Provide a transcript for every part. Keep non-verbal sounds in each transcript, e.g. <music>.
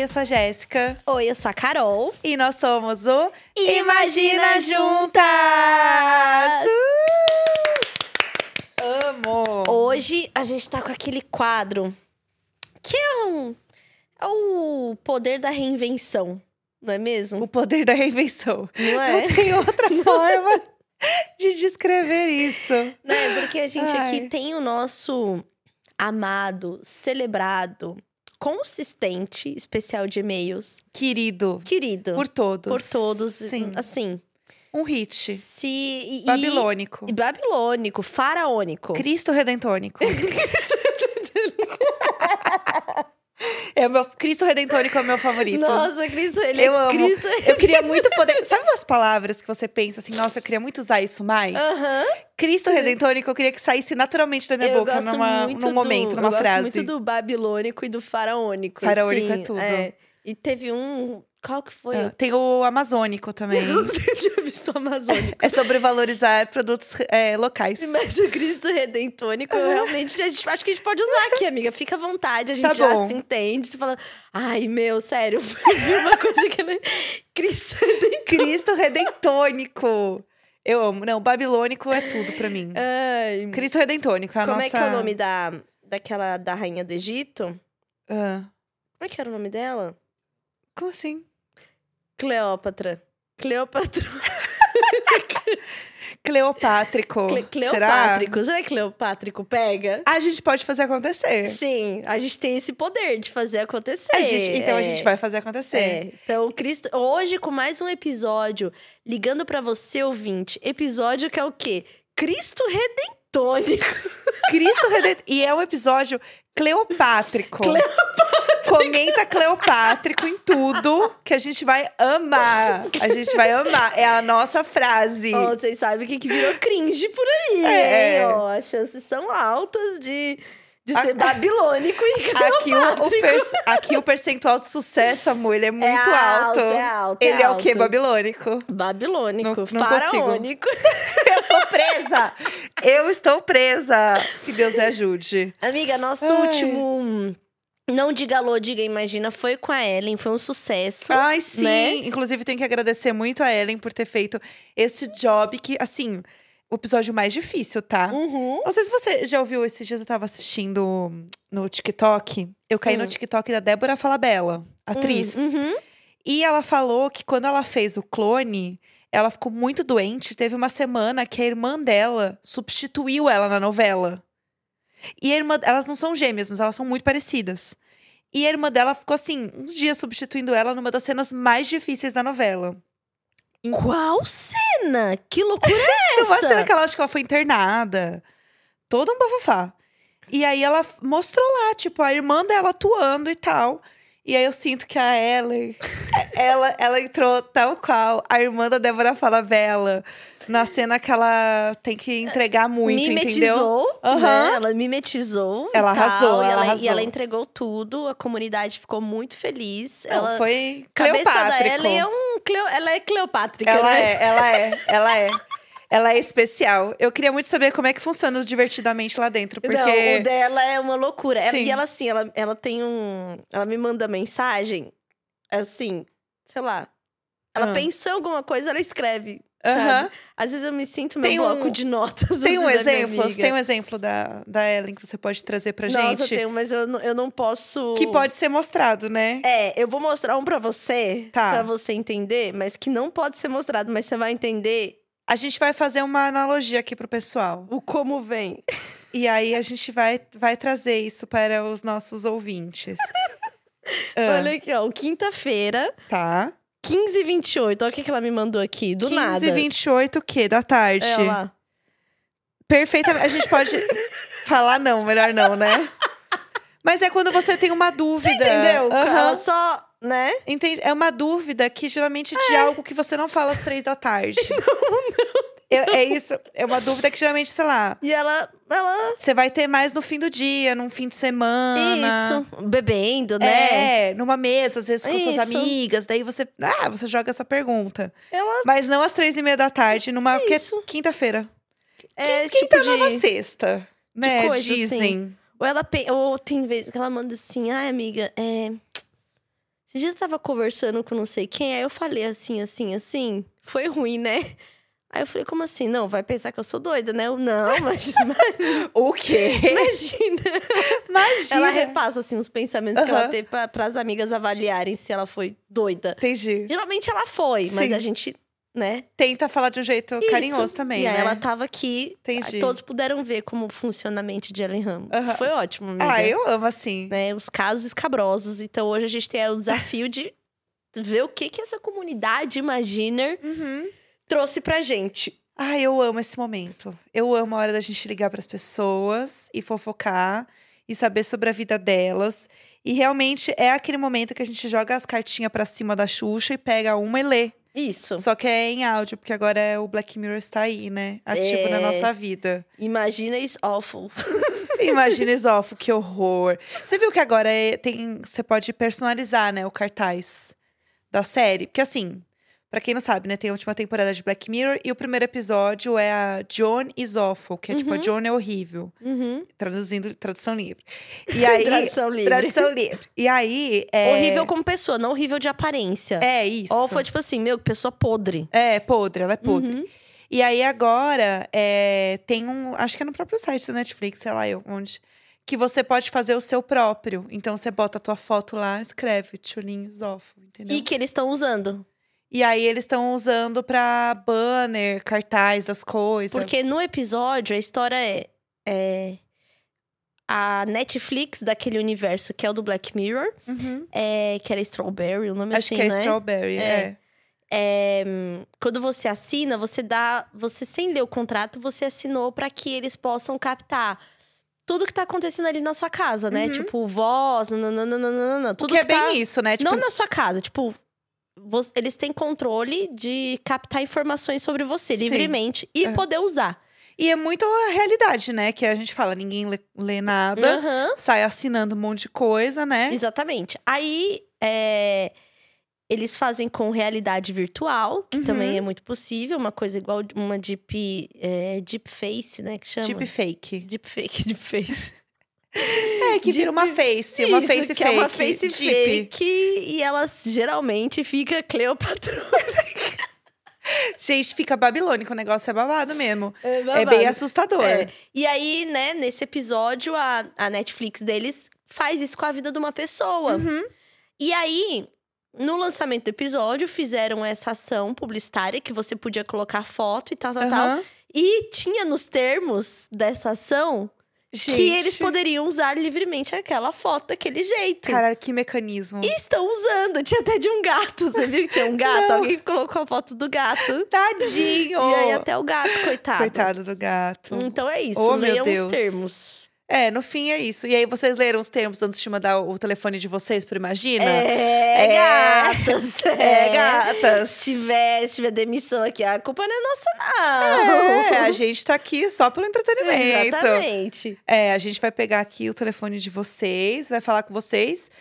eu sou a Jéssica. Oi, eu sou a Carol. E nós somos o Imagina Juntas! Uh! Amo! Hoje a gente tá com aquele quadro que é um. É o poder da reinvenção, não é mesmo? O poder da reinvenção. Não é? Não tem outra <laughs> forma de descrever isso. Né? Porque a gente Ai. aqui tem o nosso amado, celebrado, consistente especial de e-mails. Querido. Querido. Por todos. por todos. Sim. Assim. Um hit. Se. e- e- Babilônico. e Babilônico, faraônico. Cristo <laughs> redentônico. é o meu Cristo redentônico é o meu favorito. Nossa, Cristo, ele Eu é amo. Cristo. Eu queria muito poder. Sabe umas palavras que você pensa assim, nossa, eu queria muito usar isso mais? Aham. Cristo redentônico, eu queria que saísse naturalmente da minha eu boca gosto numa, muito num momento, do, numa eu frase. Gosto muito do babilônico e do faraônico. Faraônico assim, é tudo. E teve um. Qual que foi? Ah, Tem o amazônico <laughs> também. Eu não tinha visto <laughs> o Amazônico. é sobre valorizar produtos é, locais. Mas <laughs> o Cristo Redentônico, eu realmente a gente- acho que a gente pode usar aqui, amiga. Fica à vontade, a gente Tá já bom. se entende. Você fala, ai meu, sério, <laughs> eu vi uma coisa que não. <laughs> Cristo Redentônico. Cristo redentônico. Eu amo. Não, babilônico é tudo pra mim. Ai. Cristo redentônico é a Como nossa... é que é o nome da, daquela da rainha do Egito? Como Ah, é que era o nome dela? como assim? Cleópatra. Cleópatra. Cleopátrico. <laughs> Cle Será? Cleopátrico. Será? que Cleopátrico pega? A gente pode fazer acontecer. Sim, a gente tem esse poder de fazer acontecer. É. A gente- então a É. gente vai fazer acontecer. É, então, Cristo, hoje com mais um episódio, ligando pra você, ouvinte. Episódio que é o quê? Cristo Redentônico. Cristo Redentor. E é um episódio cleopátrico. Cleopátrico. Comenta cleopátrico em tudo que a gente vai amar. A gente vai amar. É a nossa frase. <laughs> Ó, vocês sabem o que, que virou cringe por aí. É. hein? Ó, as chances são altas de, de A- <laughs> ser babilônico e Aqui o, o cleopátrico. per- aqui o percentual de sucesso, amor, ele é muito É alto. É alto, Ele é, o alto. quê? Babilônico. Não- Babilônico, não consigo. faraônico. <laughs> Eu tô presa! Eu estou presa! Que Deus me ajude. Amiga, nosso Ai. último Não Diga Alô, Diga Imagina foi com a Ellen, foi um sucesso. Ai, sim. né? Inclusive, tenho que agradecer muito a Ellen por ter feito este job que, assim, o episódio mais difícil, tá? Uhum. Não sei se você já ouviu, esses dias eu tava assistindo hum, no TikTok. Eu caí no Hum. TikTok da Débora Falabella, atriz. Uhum. E ela falou que quando ela fez o clone, ela ficou muito doente. Teve uma semana que a irmã dela substituiu ela na novela. E a irmã, elas não são gêmeas, mas elas são muito parecidas. E a irmã dela ficou assim, uns dias substituindo ela numa das cenas mais difíceis da novela. Qual cena? Que loucura é Uma essa? cena que ela acho que ela foi internada. Todo um bafafá. E aí ela f- mostrou lá, tipo, a irmã dela atuando e tal. E aí eu sinto que a Ellen, <laughs> ela, ela entrou tal qual a irmã da Débora Falabella na cena que ela tem que entregar muito, entendeu? mimetizou, Aham. né? Ela mimetizou. e Ela tal, arrasou, e ela ela, arrasou. E ela entregou tudo, a comunidade ficou muito feliz. Não, ela, foi a cabeça da Cleopátrico. Ellen é um... Cleo, ela é Cleopátrica, Ela né? é, ela é, ela é. Ela é especial. Eu queria muito saber como é que funciona o divertidamente lá dentro, porque Não, o dela é uma loucura. Ela- Sim. e ela, assim, ela, ela tem um. Ela me manda mensagem, assim, sei lá. Ela Ah. pensou em alguma coisa, ela escreve. Aham. sabe? Às vezes eu me sinto meu Tem bloco um- de notas. <laughs> Tem assim, um da minha exemplo, amiga. tem um exemplo da, da Ellen que você pode trazer pra Nossa, gente. tem um, mas eu, não- eu não posso. Que pode ser mostrado, né? É, eu vou mostrar um pra você, Tá. pra você entender, mas que não pode ser mostrado, mas você vai entender A gente vai fazer uma analogia aqui pro pessoal. o como vem. E aí a gente vai, vai trazer isso para os nossos <laughs> ouvintes. Ah, Olha aqui, ó, o quinta-feira, tá. 15 e 28. Olha o que que ela me mandou aqui, do 15 nada. e 28 o quê? Da tarde. É, olha lá. Perfeitamente. A gente <laughs> pode falar não, melhor não, né? Mas é quando você tem uma Você dúvida. entendeu? Aham. Ela só, né? Entende? É uma dúvida que geralmente é de algo que você não fala às três da tarde. <laughs> Eu- é isso. É uma dúvida que geralmente, sei lá, E ela, ela você vai ter mais no fim do dia, num fim de semana. isso, bebendo, né? É, numa mesa, às vezes com suas Isso. amigas. Daí você. Ah, você joga essa pergunta. Ela Mas não às três e meia da tarde, numa. porque é É Isso. Quinta-feira. é Quinta tipo de... nova sexta. Né? coisa, assim. Dizem. Ou ela pe- ou tem vezes que ela manda assim: "Ai, amiga, é, Esse dia eu tava conversando com não sei quem, aí eu falei assim, assim, assim. Foi ruim, né? Aí eu falei, como assim? Não, vai pensar que eu sou doida, né? Eu, <laughs> não, imagina. O quê? imagina. Imagina. Ela repassa, assim, os pensamentos que ela Aham. tem pra, pras amigas avaliarem se ela foi doida. Entendi. Geralmente ela foi, mas Sim. a gente, né? Tenta falar de um jeito Isso. carinhoso também, E aí né? ela tava aqui, Entendi. todos puderam ver como funciona a mente de Ellen Ramos. Aham. Foi ótimo, amiga. Ah, eu amo assim. né, os casos escabrosos. Então hoje a gente tem o desafio de ver o que, que essa comunidade Imaginer Uhum. trouxe pra gente. Ah, eu amo esse momento. Eu amo a hora da gente ligar pras pessoas e fofocar e saber sobre a vida delas. E realmente é aquele momento que a gente joga as cartinhas pra cima da Xuxa e pega uma e lê. Isso. Só que é em áudio, porque agora é o Black Mirror está aí, né? Ativo na É. nossa vida. Imagina is awful. Imagina, Isófo, que horror. Você viu que agora é- tem, você pode personalizar, né, o cartaz da série? Porque assim, pra quem não sabe, né, tem a última temporada de Black Mirror e o primeiro episódio é a John Isófo, que é tipo a Uhum. John é horrível, <laughs> Uhum. traduzindo tradução livre. E <laughs> aí, Tradução livre. tradução livre. E aí é Horrível como pessoa, não horrível de aparência. é isso. Ou foi tipo assim, meu, que pessoa podre. É, podre, ela é podre. Uhum. E aí agora é, tem um. Acho que é no próprio site da Netflix, sei lá eu, onde. Que você pode fazer o seu próprio. Então você bota a tua foto lá, escreve Tchulinho Zófo, entendeu? E E, que eles estão usando. aí eles estão usando pra banner, cartaz das coisas. Porque no episódio a história é, é. A Netflix daquele universo que é o do Black Mirror, Uhum. é, que era Strawberry, o nome acho assim, que é né? Strawberry, É. é. É, hum, quando você assina, você dá, você sem ler o contrato, você assinou para que eles possam captar tudo que tá acontecendo ali na sua casa, né? Uhum. Tipo, voz, nananana, O tudo que é bem tá isso, né? Tipo, não na sua casa, tipo, vo- eles têm controle de captar informações sobre você Sim. livremente e É. poder usar. E é muito a realidade, né? Que a gente fala, ninguém lê, lê nada, Aham. sai assinando um monte de coisa, né? Exatamente. Aí é, eles fazem com realidade virtual, que Uhum. também é muito possível, uma coisa igual uma deep, é, deep face, né? Que chama. Tipo <laughs> fake. Deep fake, <laughs> deep face. É, que vira uma face, uma Isso, face que fake. é uma face deep. fake e ela geralmente fica Cleopatra. Gente, fica babilônico, o negócio é babado mesmo. É, É bem assustador. É. E aí, né, nesse episódio, a, a Netflix deles faz isso com a vida de uma pessoa. Uhum. E aí, no lançamento do episódio, fizeram essa ação publicitária que você podia colocar foto e tal, tal, tal. Aham. E tinha nos termos dessa ação Gente, que eles poderiam usar livremente aquela foto daquele jeito. Cara, que mecanismo. E estão usando. Tinha até de um gato. Você viu que tinha um gato? Não. Alguém colocou a foto do gato. Tadinho! <laughs> E aí até o gato, coitado. Coitado do gato. Então é isso. Oh, meu Leiam os Deus. termos. É, no fim é isso. E aí vocês leram os termos antes de mandar o telefone de vocês pro Imagina? É. É, gatas. <laughs> É, gatas. Se tiver, se tiver demissão aqui, a culpa não é nossa, não. <laughs> É, a gente tá aqui só pelo entretenimento. Exatamente. É, a gente vai pegar aqui o telefone de vocês, vai falar com vocês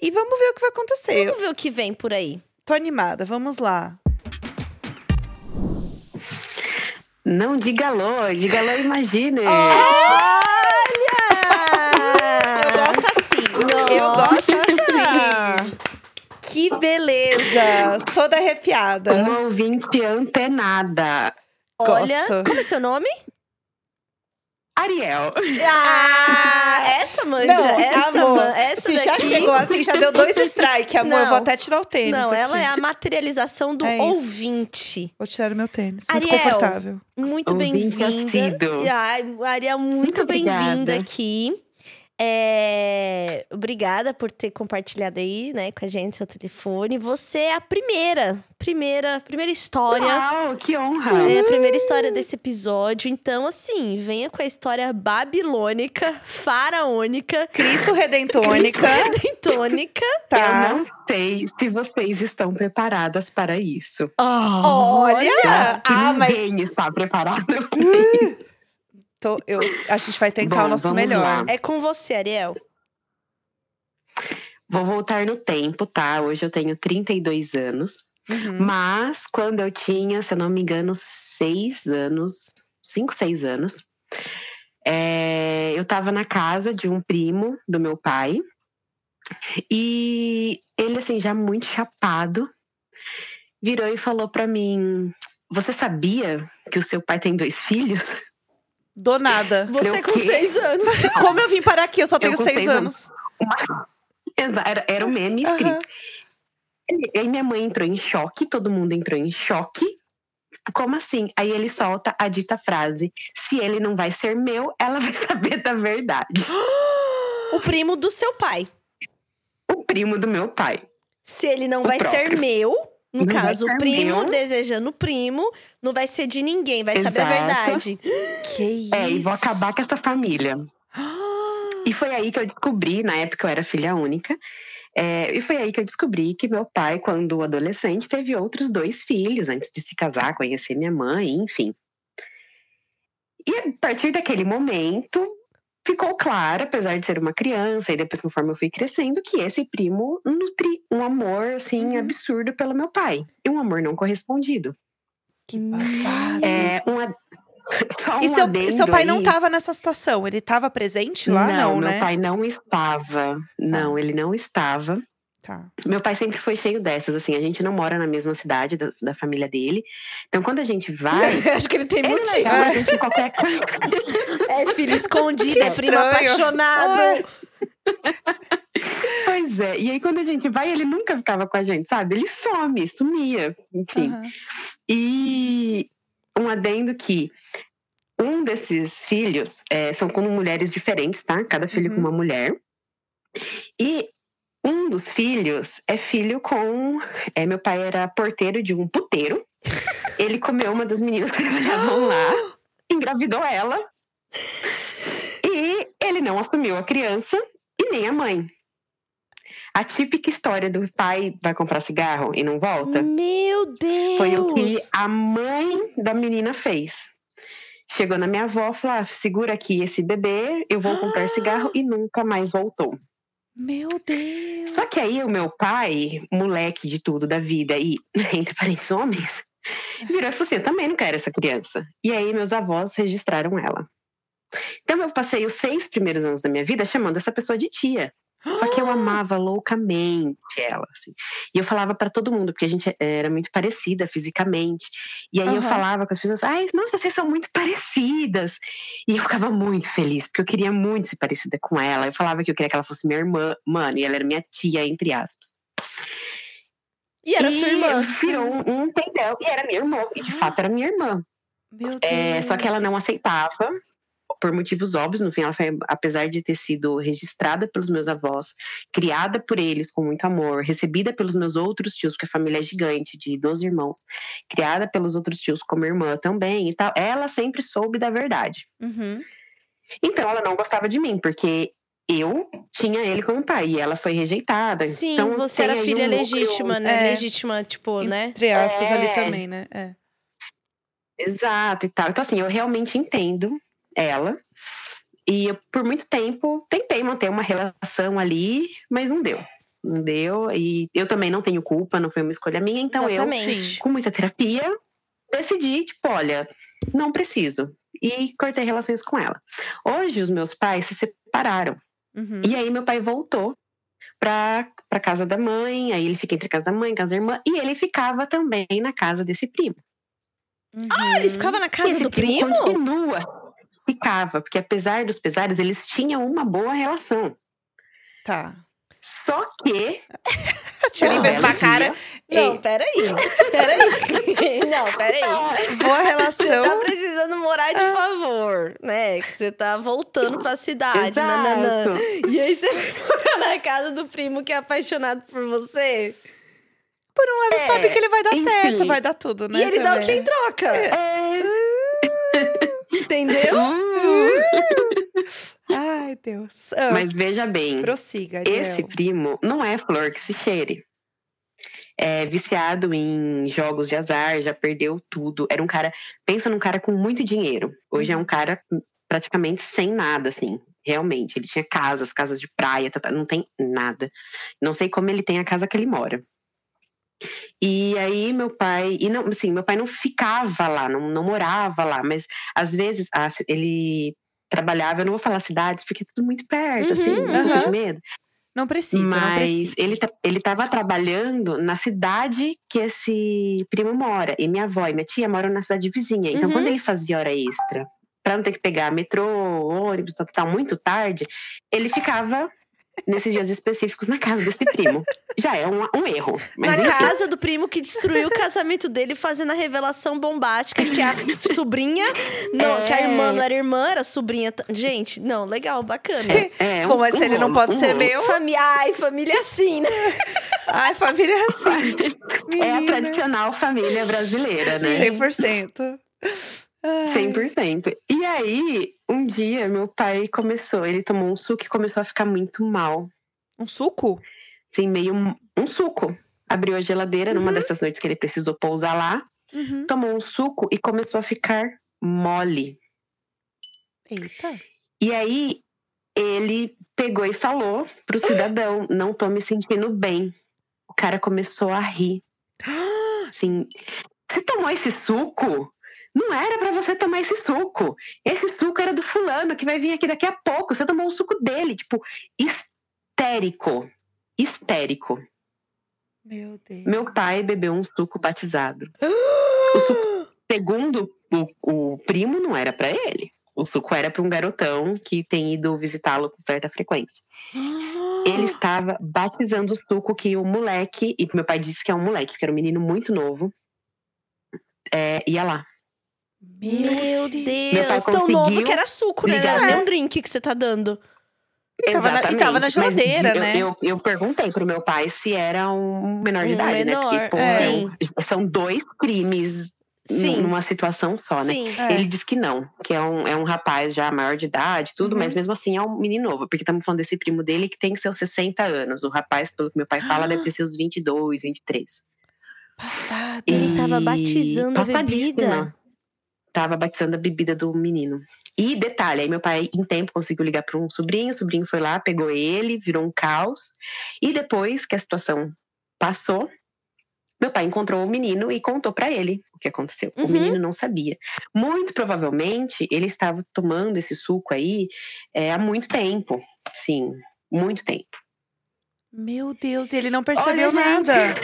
e vamos ver o que vai acontecer. Vamos ver o que vem por aí. Tô animada, vamos lá. Não diga alô, diga alô, imagine. Ah! Eu Olha! gosto assim. Eu gosto assim. Que beleza! Toda arrepiada. Uma ouvinte antenada. Olha, Gosto. como é seu nome? Ariel. Ah, essa manja, Não, essa amor, man- essa Se daqui. já chegou assim, já deu dois strikes, amor. Não. Eu vou até tirar o tênis. Não, aqui. ela é a materialização do É isso. ouvinte. Vou tirar o meu tênis. Muito Ariel. confortável. Muito Ouvinte bem-vinda. assíduo. Ai, Ariel, muito, Muito bem-vinda obrigada. aqui. É, Obrigada por ter compartilhado aí, né, com a gente seu telefone. Você é a primeira, primeira, primeira história. Uau, que honra. É a primeira história desse episódio. Então, assim, venha com a história babilônica, faraônica, Cristo Redentônica. cristã-tônica. <laughs> Eu Tá. não sei se vocês estão preparadas para isso. Eu acho Olha! que Ah, ninguém mas Hum. está preparado. tô- eu, a gente vai tentar Bom, o nosso vamos melhor. lá. É com você, Ariel. Vou voltar no tempo, tá? Hoje eu tenho 32 anos. Uhum. Mas quando eu tinha, se eu não me engano, seis anos, cinco, seis anos, eh, eu estava na casa de um primo do meu pai. E ele, assim, já muito chapado, virou e falou pra mim: Você sabia que o seu pai tem dois filhos? <laughs> Do nada. Você Falei, É o com quê? seis anos. Como eu vim parar aqui? Eu só tenho com seis seis anos. Exa- Era, era o meme escrito. Aham. E Aí minha mãe entrou em choque, todo mundo entrou em choque. Como assim? Aí ele solta a dita frase: se ele não vai ser meu, ela <laughs> vai saber da verdade. O primo do seu pai. O primo do meu pai. Se ele não O vai ser próprio. meu, no Não vai caso, o ser primo meu. desejando o primo, não vai ser de ninguém, vai saber a Exato. verdade. Que isso? É, e vou acabar com essa família. Ah, E foi aí que eu descobri, na época eu era filha única, é, e foi aí que eu descobri que meu pai, quando adolescente, teve outros dois filhos antes de se casar, conhecer minha mãe, enfim. E a partir daquele momento, ficou claro, apesar de ser uma criança, e depois conforme eu fui crescendo, que esse primo nutri um amor, assim, Uhum. absurdo pelo meu pai. E um amor não correspondido. que tá babado. É, um ad- <laughs> Só um Uhum. E seu, adendo seu pai não tá aí. tava nessa situação? Ele tava presente lá? Não, Não, meu né? pai não estava. Não, ele não estava. Tá. Meu pai sempre foi cheio dessas, assim, a gente não mora na mesma cidade da, da família dele. Então, quando a <laughs> gente vai, <laughs> Acho que ele tem ele motivo. leva a gente em qualquer canto. É filho escondido, <laughs> Que é primo estranho. apaixonado. Pois é. E aí, quando a gente vai, ele nunca ficava com a gente, sabe? Ele some, sumia, enfim. Aham. E um adendo que um desses filhos é, são com mulheres diferentes, tá? Cada filho Uhum. com uma mulher. E um dos filhos é filho com. é, meu pai era porteiro de um puteiro. Ele comeu uma das meninas que trabalhavam lá, engravidou ela. E ele não assumiu a criança e nem a mãe. A típica história do pai vai comprar cigarro e não volta. Meu Deus! Foi o que a mãe da menina fez. Chegou na minha avó, falou: "Ah, segura aqui esse bebê, eu vou comprar cigarro e nunca mais voltou. Meu Deus. Só que aí o meu pai, moleque de tudo da vida e <laughs> entre parentes homens, virou e falou assim: eu também não quero essa criança. E aí meus avós registraram ela. Então eu passei os seis primeiros anos da minha vida chamando essa pessoa de tia. Só que eu amava loucamente ela, assim. E eu falava pra todo mundo, porque a gente era muito parecida fisicamente. E aí eu Aham. falava com as pessoas, ai, nossa, vocês são muito parecidas. E eu ficava muito feliz, porque eu queria muito ser parecida com ela. Eu falava que eu queria que ela fosse minha irmã, mano, e ela era minha tia, entre aspas. E era e sua irmã. Virou um, um tendão, e era minha irmã, e de Ah. fato era minha irmã. Meu Deus. É, só que ela não aceitava, por motivos óbvios. No fim, ela foi, apesar de ter sido registrada pelos meus avós, criada por eles com muito amor, recebida pelos meus outros tios, porque a família é gigante, de 12 irmãos, criada pelos outros tios como irmã também e tal, ela sempre soube da verdade. Uhum. Então, ela não gostava de mim, porque. Eu tinha ele como pai e ela foi rejeitada. Sim, Então, você tem era aí um filha núcleo- legítima, né? É. Legítima, tipo, né? Entre aspas ali É. também, né? É. Exato e tal. Então, assim, eu realmente entendo ela. E eu, por muito tempo, tentei manter uma relação ali, mas não deu. Não deu. E eu também não tenho culpa, não foi uma escolha minha. Então, Exatamente. sim. eu, com muita terapia, decidi, tipo, olha, não preciso. E cortei relações com ela. Hoje, os meus pais se separaram. Uhum. E aí meu pai voltou pra, pra casa da mãe, aí ele fica entre a casa da mãe, casa da irmã, e ele ficava também na casa desse primo. Ah, Ele ficava na casa Hum. Esse do primo? continua. Ficava, porque apesar dos pesares, eles tinham uma boa relação. Tá. Só que. Ele um fez uma belo cara. dia- Não, Ei, peraí. Peraí. <laughs> Não, boa peraí. Você tá Então, <laughs> relação. precisando morar é. de favor, né? Que Você tá voltando pra cidade, nananã. Exato. E aí você <laughs> vai morar na casa do primo que é apaixonado por você. Por um lado, É, sabe que ele vai dar enfim. teta, vai dar tudo, né? e ele dá o também. que em troca, É, <laughs> Hum, entendeu? Ai, Deus. Ah, Mas veja bem, prossiga, Ariel. esse primo não é flor que se cheire. É viciado em jogos de azar, já perdeu tudo. Era um cara. Pensa num cara com muito dinheiro. Hoje é um cara praticamente sem nada, assim. Realmente. Ele tinha casas, casas de praia, tá, tá, não tem nada. Não sei como ele tem a casa que ele mora. E aí meu pai, e não, assim, meu pai não ficava lá, não, não morava lá, mas às vezes ah, a ci- ele trabalhava, eu não vou falar cidades porque é tudo muito perto, Uhum, assim, não uhum. tem medo. Não precisa, não Mas precisa. ele, ta- ele tava trabalhando na cidade que esse primo mora. E minha avó e minha tia moram na cidade vizinha. Então, Uhum. quando ele fazia hora extra, pra não ter que pegar metrô, ônibus, tal, tal, muito tarde, ele ficava nesses dias específicos na casa desse <laughs> primo. Já é um, um erro. Mas na enfim. é casa do primo que destruiu o casamento dele, fazendo a revelação bombástica que a sobrinha. Não, que a É. irmã não era irmã, era sobrinha. t- Gente, não, legal, bacana. É, Bom, mas se ele não rolo, pode um ser rolo. meu, Família, ai, família assim, né? ai, família é assim. É a Menina, tradicional família brasileira, né? 100%. Ai. 100%. E aí, um dia, meu pai começou, ele tomou um suco e começou a ficar muito mal. Um suco? Assim, meio um, um suco. Abriu a geladeira numa dessas noites que ele precisou pousar lá, Uhum. tomou um suco e começou a ficar mole. Eita. E aí, ele pegou e falou pro cidadão: Não tô me sentindo bem. O cara começou a rir. Assim, você tomou esse suco? Não era pra você tomar esse suco. Esse suco era do fulano que vai vir aqui daqui a pouco. Você tomou o suco dele, tipo, histérico. Histérico. Meu Deus. <gasps> Meu pai bebeu um suco batizado. O suco- Segundo o, o primo, não era pra ele. O suco era pra um garotão que tem ido visitá-lo com certa frequência. <gasps> Ele estava batizando o suco que o moleque, e meu pai disse que é um moleque, porque era um menino muito novo, é, ia lá. Meu Deus, Deus, tão novo conseguiu que era suco, né? ligar- Não era nem um drink que você tá dando. E tava na- e tava na Exatamente. Mas geladeira, eu- né? Eu, eu perguntei pro meu pai se era um menor de Um idade, menor, né? Porque, pô, é. são- são dois crimes nu- Sim, numa situação só, né? sim. É. Ele disse que não, que é um, é um rapaz já maior de idade, tudo, Uhum. mas mesmo assim é um menino novo, porque estamos falando desse primo dele que tem seus 60 anos. O rapaz, pelo que meu pai Ah. fala, deve ter seus 22, 23. Passada. Ele tava E batizando a passadíssima. bebida. Tava batizando a bebida do menino. E detalhe, aí meu pai, em tempo, conseguiu ligar para um sobrinho. O sobrinho foi lá, pegou ele, virou um caos. E depois que a situação passou, meu pai encontrou o menino e contou para ele o que aconteceu. Uhum. O menino não sabia. Muito provavelmente, ele estava tomando esse suco aí é, há muito tempo. Sim, muito tempo. Meu Deus, e ele não percebeu Olha, gente. nada.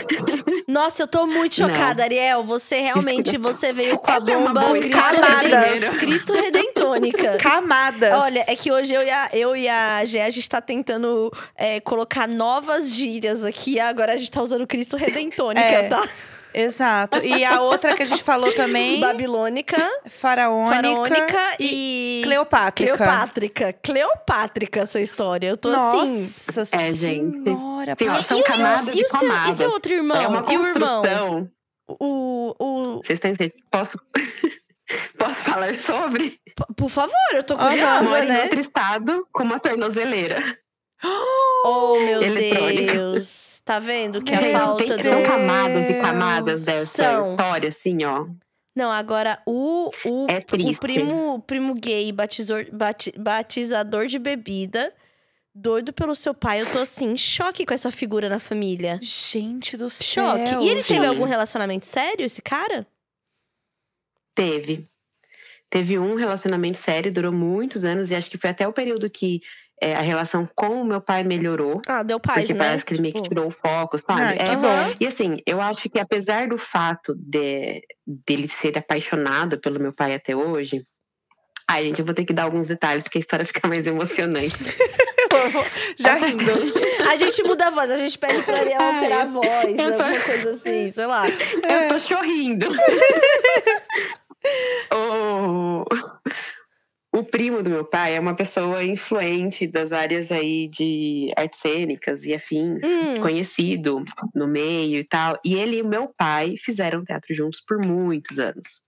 Nossa, eu tô muito Não. chocada, Ariel. Você realmente, você veio com a Essa é uma bomba boa Cristo, escalada. Reden... Cristo Redentônica. Camadas. Olha, é que hoje eu e a, eu e a Gé, a gente tá tentando é, colocar novas gírias aqui. Agora a gente tá usando Cristo Redentônica, É. tá? Exato. E a outra que a gente falou também, Babilônica, faraônica, Farônica e, e... Cleopátrica. Cleopátrica. Cleopátrica, sua história. Eu tô assim... Nossa É, gente. senhora, Tem, ó, passa- são E o- camadas e e o seu, e camadas. seu outro irmão? é uma e o irmão? construção. O, o... Vocês têm sede? Posso, <laughs> posso falar sobre? P- Por favor, eu tô Ah, Eu curiosa, moro em né? outro estado é com uma tornozeleira. Oh, meu Eletrônica. Deus. Tá vendo que Gente, a São- falta tem- do... São camadas e camadas dessa São. história, assim, ó. Não, agora o, o, É o triste. primo, o primo gay batizor, bati- batizador de bebida, doido pelo seu pai, eu tô assim, em choque com essa figura na família. Gente do céu. Choque. e ele teve Sim. algum relacionamento sério, esse cara? Teve. Teve um relacionamento sério, durou muitos anos, e acho que foi até o período que é, a relação com o meu pai melhorou. Ah, deu paz, porque né? parece que ele meio que Tipo, então tirou o foco, Ah, sabe? que É, Aham. bom. E assim, eu acho que apesar do fato de, dele ser apaixonado pelo meu pai até hoje. Ai, gente, eu vou ter que dar alguns detalhes, porque a história <laughs> fica mais emocionante. Já rindo. tipo- A gente muda a voz, a gente pede pra Ariel Ai, alterar a voz, eu tô- alguma coisa assim, sei lá. Eu tô chorrindo. <laughs> o... o primo do meu pai é uma pessoa influente das áreas aí de artes cênicas e afins, Hum. conhecido no meio e tal. E ele e meu pai fizeram teatro juntos por muitos anos.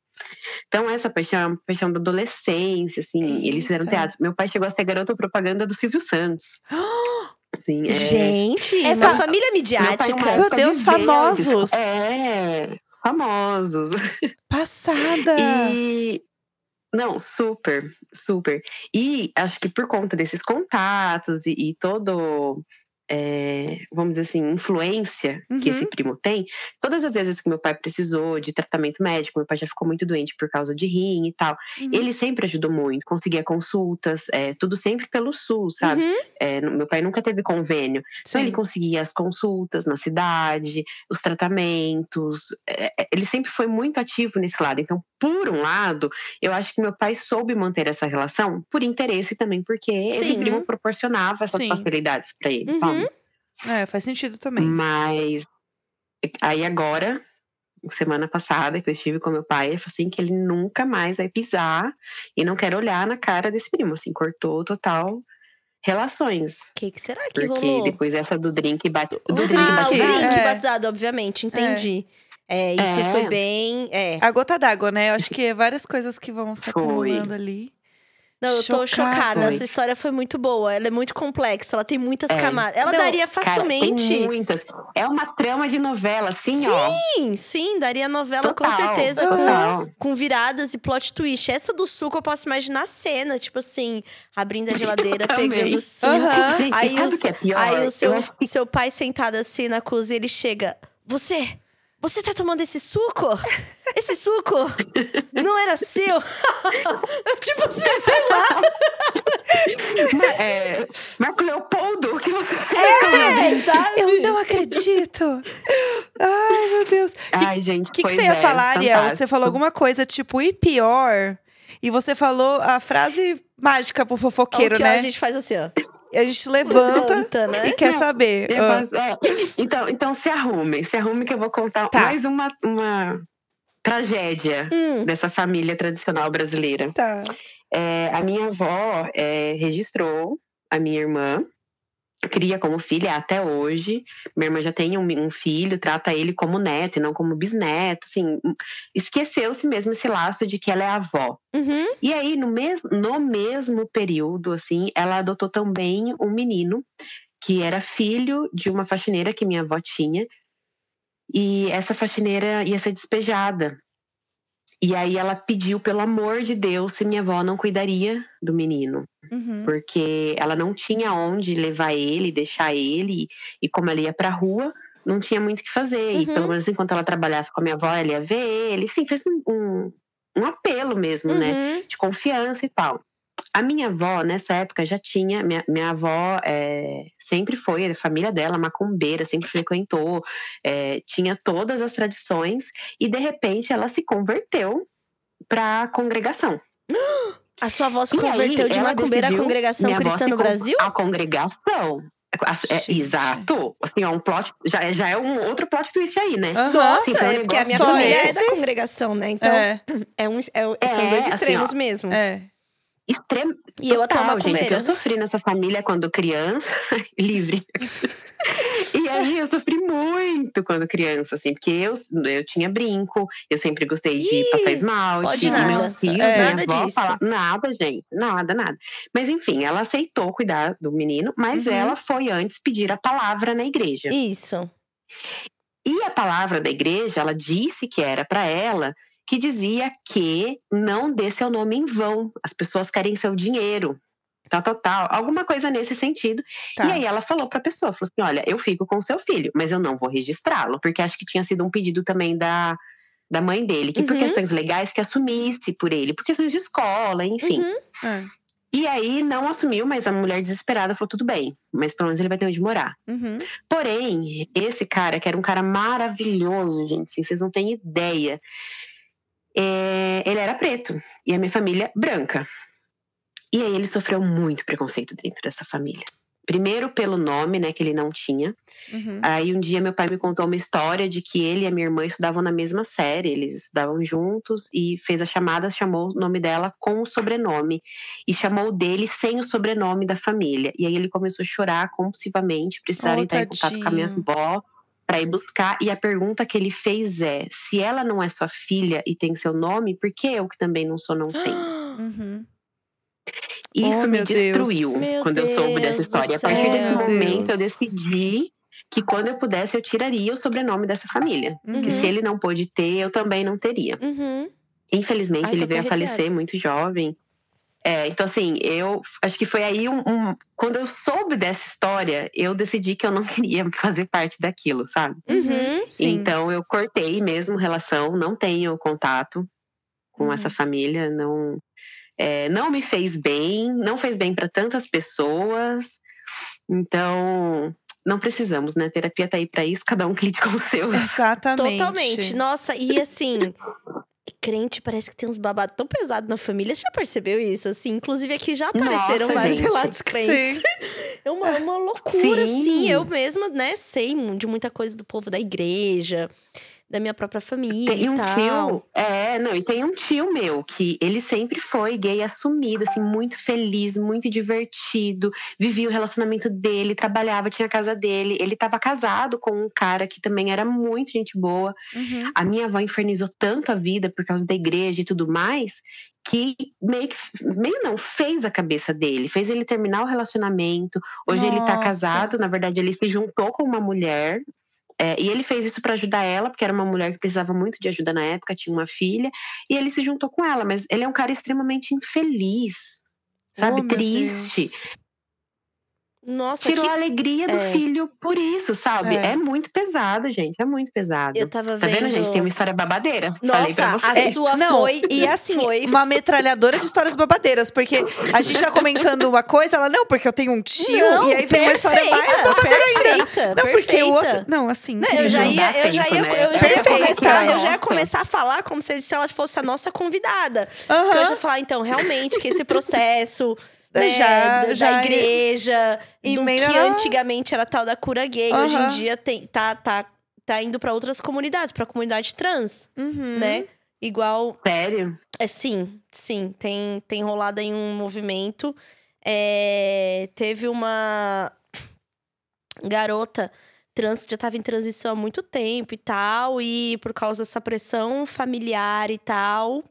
Então, essa paixão é uma paixão da adolescência, assim. e Eles fizeram Eita. teatro. Meu pai chegou a ser garoto propaganda do Silvio Santos. Assim, é- Uhum, Gente, É uma fa- família meu pai, é midiática. uma Meu época, Deus, viveu disso. famosos. É, famosos. Passada. E. Não, super, super. E acho que por conta desses contatos e, e todo é, vamos dizer assim, influência Uhum. que esse primo tem, todas as vezes que meu pai precisou de tratamento médico, meu pai já ficou muito doente por causa de rim e tal, Uhum. ele sempre ajudou muito, conseguia consultas, é, tudo sempre pelo SUS, sabe? Uhum. É, meu pai nunca teve convênio. Então, ele Sim. conseguia as consultas na cidade, os tratamentos. é, é, Ele sempre foi muito ativo nesse lado. Então, por um lado, eu acho que meu pai soube manter essa relação por interesse também, porque esse Sim. primo proporcionava essas Sim. facilidades para ele. Uhum. sabe? É, faz sentido também. Mas aí agora, semana passada que eu estive com meu pai, ele falou assim que ele nunca mais vai pisar e não quer olhar na cara desse primo. Assim, cortou total relações. O que, que será que Porque rolou? depois essa do drink bate. Do drink ah, o bate. batizado. drink É. batizado, obviamente, entendi. É, isso É. foi bem. É. A gota d'água, né? Eu acho que é várias coisas que vão se Foi. acumulando ali. Não, eu Chocada. tô chocada. A Foi. sua história foi muito boa. Ela é muito complexa, ela tem muitas É. camadas. Ela Não, daria Cara, tem facilmente. muitas. É uma trama de novela, assim, ó. Sim, sim, daria novela Total, com certeza, com, total. com viradas e plot twist. Essa do suco eu posso imaginar a cena, tipo assim, abrindo a geladeira, também. pegando suco. Aham. Gente, Aí sabe o o que é pior? Aí o seu, Eu acho que seu pai sentado assim na cozinha, ele chega. Você! Você tá tomando esse suco? Esse suco não era seu? <laughs> tipo assim, sei lá. é, Marco Leopoldo, o que você É, sabe? Eu não acredito! Ai, meu Deus. Ai, gente, O que, que pois você ia é, falar, Ariel? Você fantástico. falou alguma coisa tipo, e pior? E você falou a frase mágica pro fofoqueiro, o que né? a gente faz assim, ó. E a gente levanta Canta, e né? quer Não, saber. Eu Ah, faço- é. Então, então se arrumem, se arrumem que eu vou contar Tá. mais uma, uma tragédia Hum, dessa família tradicional brasileira. tá. É, a minha avó é, registrou a minha irmã, cria como filha até hoje. Minha irmã já tem um, um filho, trata ele como neto e não como bisneto. Assim, esqueceu-se mesmo esse laço de que ela é avó. uhum. E aí, no mesmo, no mesmo período, assim, ela adotou também um menino que era filho de uma faxineira que minha avó tinha. E essa faxineira ia ser despejada. E aí ela pediu, pelo amor de Deus, se minha avó não cuidaria do menino. Uhum. Porque ela não tinha onde levar ele, deixar ele. E como ela ia pra rua, não tinha muito o que fazer. E Uhum. pelo menos enquanto ela trabalhasse com a minha avó, ela ia ver ele. Sim, fez um- um, um apelo mesmo, né? Uhum. de confiança e tal. A minha avó, nessa época, já tinha. Minha, minha avó é, sempre foi, a família dela, macumbeira, sempre frequentou, é, tinha todas as tradições, e de repente ela se converteu para a congregação. A sua avó se E aí, converteu de ela macumbeira à decidiu, congregação Minha avó cristã se no con- Brasil? A congregação. A- é, Gente. exato. Assim, é um plot. Já, é- já é um outro plot twist aí, né? Aham. Nossa, Sim, então é o porque a minha negócio família é é da congregação, né? Então, é. É, um, é- são É, dois assim, extremos mesmo. é. Extremo. E eu até Total, gente, que macumbeira. eu sofri nessa família quando criança, <laughs> <laughs> livre. e aí eu sofri muito quando criança, assim, porque eu, eu tinha brinco, eu sempre gostei de Ih, passar esmalte, pode e nada. meus tios, É. minha Nada avó disso. fala- nada, gente, nada, nada. Mas enfim, ela aceitou cuidar do menino, mas Uhum. ela foi antes pedir a palavra na igreja. Isso. E a palavra da igreja, ela disse que era para ela, que dizia que não dê seu nome em vão, as pessoas querem seu dinheiro. Tal, tal, tal. Alguma coisa nesse sentido. Tá. E aí ela falou para a pessoa, falou assim, olha, eu fico com seu filho, mas eu não vou registrá-lo, porque acho que tinha sido um pedido também da, da mãe dele, que por Uhum. questões legais que assumisse por ele, por questões de escola, enfim. Uhum. É. E aí não assumiu, mas a mulher desesperada falou, tudo bem, mas pelo menos ele vai ter onde morar. Uhum. Porém, esse cara, que era um cara maravilhoso, gente, assim, vocês não têm ideia. é, ele era preto e a minha família branca. E aí ele sofreu muito preconceito dentro dessa família. Primeiro pelo nome, né, que ele não tinha. Uhum. Aí um dia meu pai me contou uma história de que ele e a minha irmã estudavam na mesma série, eles estudavam juntos e fez a chamada, chamou o nome dela com o sobrenome e chamou o dele sem o sobrenome da família. E aí ele começou a chorar compulsivamente, precisaram Oh, entrar em contato com a minha tadinho. avó para ir buscar. E a pergunta que ele fez é: se ela não é sua filha e tem seu nome, por que eu que também não sou não tenho? Uhum. Isso Oh, me meu Deus. destruiu Meu quando eu soube Deus dessa do história. A céu. partir desse Meu momento, eu Deus. decidi que quando eu pudesse, eu tiraria o sobrenome dessa família. Uhum. Que se ele não pôde ter, eu também não teria. Uhum. Infelizmente, Ai, tô ele veio a arrepiada. falecer muito jovem. É, então, assim, eu acho que foi aí um, um- Quando eu soube dessa história, eu decidi que eu não <laughs> queria fazer parte daquilo, sabe? Uhum. Sim. Então, eu cortei mesmo relação, não tenho contato com Hum. Uhum. essa família, não. é, não me fez bem, não fez bem para tantas pessoas. Então, não precisamos, né? terapia tá aí pra isso, cada um que lide <laughs> com o seu. Exatamente. Totalmente. né? Nossa, <laughs> e assim. Crente parece que tem uns babados tão pesados na família. Você já percebeu isso? Assim, inclusive aqui já apareceram Nossa, vários gente. relatos crentes. Sim. É uma, é uma loucura, Sim. assim. Eu mesma, né, sei mu- de muita coisa do povo da igreja, da minha própria família Tem um É, e tal. tio, é, não, e tem um tio meu que ele sempre foi gay assumido, assim, muito feliz, muito divertido, vivia o relacionamento dele, trabalhava, tinha a casa dele, ele estava casado com um cara que também era muito gente boa. Uhum. A minha avó infernizou tanto a vida por causa da igreja e tudo mais, que meio que meio não fez a cabeça dele, fez ele terminar o relacionamento. Hoje ele tá Nossa. casado, na verdade ele se juntou com uma mulher. é, e ele fez isso pra ajudar ela, porque era uma mulher que precisava muito de ajuda na época, tinha uma filha, e ele se juntou com ela, mas ele é um cara extremamente infeliz, sabe? Oh, meu Triste. Deus. Nossa, Tirou que... a alegria do é. filho por isso, sabe? É. É. muito pesado, gente, é muito pesado. eu tava Tá vendo, vendo. gente? Tem uma história babadeira. Falei Nossa, pra vocês. a sua não, foi. E assim, foi uma metralhadora de histórias babadeiras, porque a gente tá comentando uma coisa, ela, não, porque eu tenho um tio, Não, e aí vem uma história mais <laughs> perfeita, babadeira ainda. perfeita, Não, porque o outro. perfeita. Não, assim. Não, eu já Não ia, dá eu já tempo, ia, né? eu já ia Perfeito. começar, eu já ia Nossa. começar a falar como se, se ela fosse a nossa convidada. Porque eu Aham. já ia falar, então, realmente, que esse processo né, Já- da- da, já- igreja, e do meio que ela- antigamente era tal da cura gay, hoje em Aham. dia tem, tá, tá, tá indo pra outras comunidades, pra comunidade trans, Uhum. né? Igual Sério? é, sim, sim. Tem, tem rolado aí um movimento. É, teve uma garota trans que já estava em transição há muito tempo e tal. E por causa dessa pressão familiar e tal,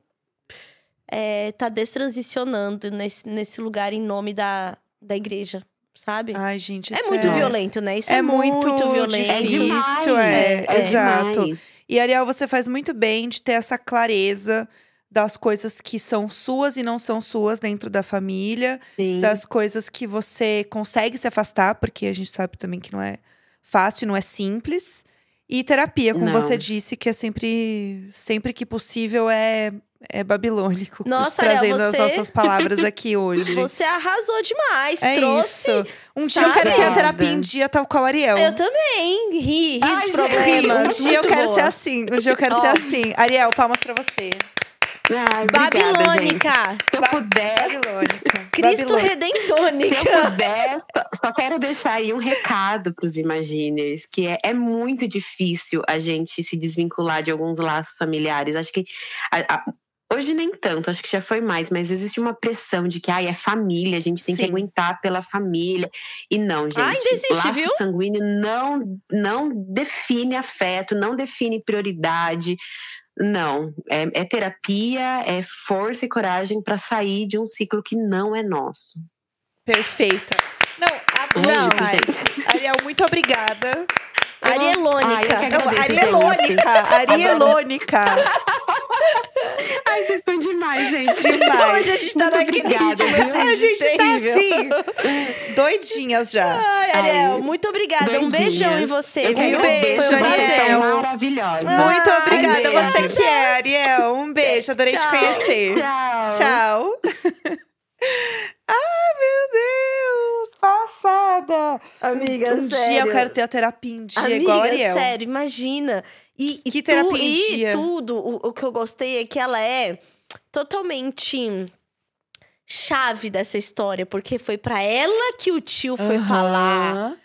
é, tá destransicionando nesse, nesse lugar em nome da, da igreja, sabe? Ai, gente, é isso muito é... violento, né? Isso é, é muito violento. É Difícil, demais. é, exato. demais. E, Ariel, você faz muito bem de ter essa clareza das coisas que são suas e não são suas dentro da família, Uhum. Sim. das coisas que você consegue se afastar, porque a gente sabe também que não é fácil, não é simples. E terapia, como Não. você disse, que é sempre, sempre que possível é, é babilônico. <laughs> Nossa, Ariel, trazendo você- as nossas palavras <laughs> aqui hoje. Você arrasou demais, é trouxe isso. Um dia eu quero sabe? ter a terapia em dia, tal qual a Ariel. Eu também. Ri, ri Ai, dos gente, problemas. Um dia eu Muito quero boa. ser assim. Um dia eu quero ser Ó. assim. Ariel, palmas pra você. Ai, obrigada, gente. Babilônica. Se eu Ba- puder, Babilônica. Cristo Babilônica. se eu Redentônica. puder, só, só quero deixar aí um recado para os Imaginers, que é, é muito difícil a gente se desvincular de alguns laços familiares. Acho que a- a- hoje nem tanto, acho que já foi mais, mas existe uma pressão de que ai, é família, a gente tem que Sim. aguentar pela família. E não, gente. Ah, Ainda existe, laço viu? sanguíneo não, não define afeto, não define prioridade. Não, é, é terapia, é força e coragem para sair de um ciclo que não é nosso. Perfeita. Não, amor Não. demais. Ariel, muito obrigada. Ai, eu que Arielônica. Não, agradeço, gente. Arielônica. <laughs> Arielônica. Ai, vocês estão demais, gente. Demais. Hoje a gente tá Muito naquele obrigada, ritmo, viu? assim, A gente tá terrível. assim. Doidinhas já. Ai, Ariel, Ai, muito obrigada. Um doidinhas. beijão em você, Eu quero viu? Um beijo, Foi um prazer. Ariel. maravilhosa. Muito Ah, Ai, obrigada. beijo. Você que é, Ariel. Um beijo. Adorei Tchau. te conhecer. Tchau. Tchau. <laughs> ah, meu Deus. Passada. Amiga, um sério. dia eu quero ter a terapia em dia Amiga, igual a Ariel. sério, imagina. E, e Que tu- terapia em e dia. tudo, o, o que eu gostei é que ela é totalmente chave dessa história, porque foi pra ela que o tio foi Aham. falar,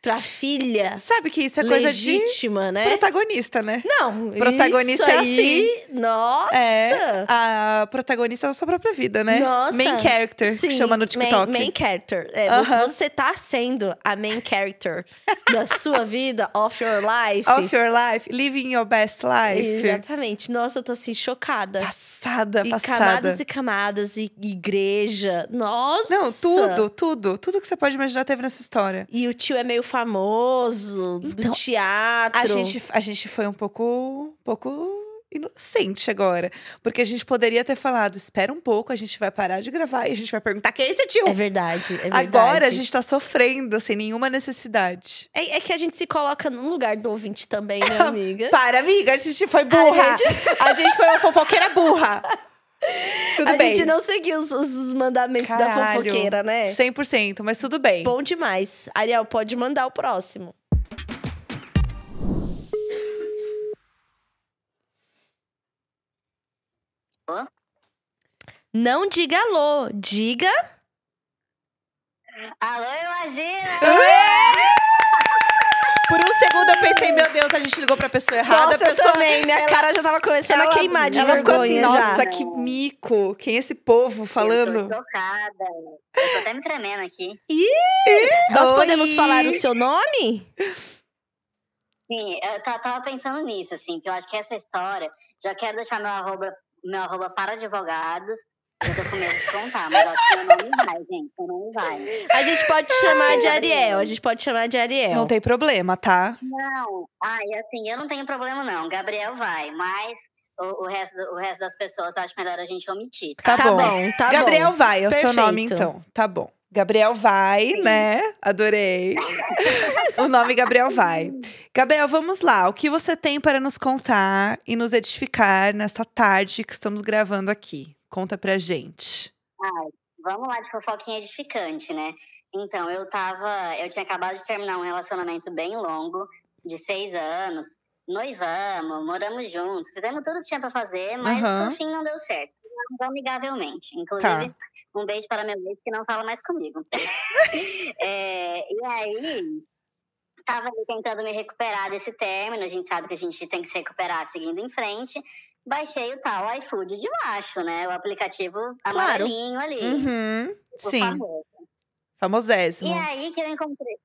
pra filha Sabe que isso é coisa de legítima, né? protagonista, né? Não, Protagonista isso é aí, assim. nossa. É. A protagonista da sua própria vida, né? Nossa. Main character, que chama no TikTok. Main, main character. É, Aham. você- Você tá sendo a main character da sua vida, of your life. Of your life, living your best life. Tá Exatamente. Nossa, eu tô assim, chocada. Passada, E passada. camadas e camadas, e igreja. Nossa! Não, tudo, tudo. Tudo que você pode imaginar teve nessa história. E o tio é meio famoso, do Então, teatro. A gente, a gente foi um pouco, um pouco inocente agora. Porque a gente poderia ter falado: espera um pouco, a gente vai parar de gravar e a gente vai perguntar quem é esse tio. É verdade, é verdade. agora a gente tá sofrendo sem nenhuma necessidade. É, é que a gente se coloca no lugar do ouvinte também, <laughs> né, amiga? Para, amiga, a gente foi burra. A gente, A gente foi uma fofoqueira burra. Tudo a bem. gente não seguiu os, os mandamentos da Caralho. fofoqueira, né? 100%, mas tudo bem. Bom demais. Ariel, pode mandar o próximo. Hã? Não diga alô, diga. Alô, imagina! Por um segundo eu pensei, meu Deus, a gente ligou pra pessoa errada. Nossa, a eu pessoa... também. Minha ela- cara já tava começando a queimar de ela ficou assim, vergonha já. nossa, que mico. Quem é esse povo Eu falando? tô chocada. Eu tô até me tremendo aqui. Nós Oi! podemos falar o seu nome? Sim, eu ta- tava pensando nisso, assim, que eu acho que essa história. Já quero deixar meu arroba, meu arroba para advogados. Eu tô com medo de contar, mas eu acho que meu nome vai, gente. Meu nome vai. A gente pode chamar de Ariel. A gente pode chamar de Ariel. Não tem problema, tá? Não, ai, assim, eu não tenho problema, não. Gabriel vai, mas o, o resto, do- o resto das pessoas eu acho melhor a gente omitir. Tá, tá bom. bom, tá Gabriel bom. vai, é o seu Perfeito. nome então. Tá bom. Gabriel vai, Sim. né? Adorei. <laughs> o nome Gabriel vai. Gabriel, vamos lá. O que você tem para nos contar e nos edificar nesta tarde que estamos gravando aqui? Conta pra gente. Vamos lá de fofoquinha edificante, né? Então, eu tava. Eu tinha acabado de terminar um relacionamento bem longo, de seis anos. Noivamos, moramos juntos, fizemos tudo que tinha pra fazer, mas Aham. no fim não deu certo. Não amigavelmente. Inclusive, Tá. um beijo para meu ex que não fala mais comigo. <laughs> É, e aí, tava ali tentando me recuperar desse término. A gente sabe que a gente tem que se recuperar seguindo em frente. Baixei o tal iFood de macho, né? O aplicativo amarelinho ali. Uhum. por Sim. favor. E Famosésimo. aí que eu encontrei.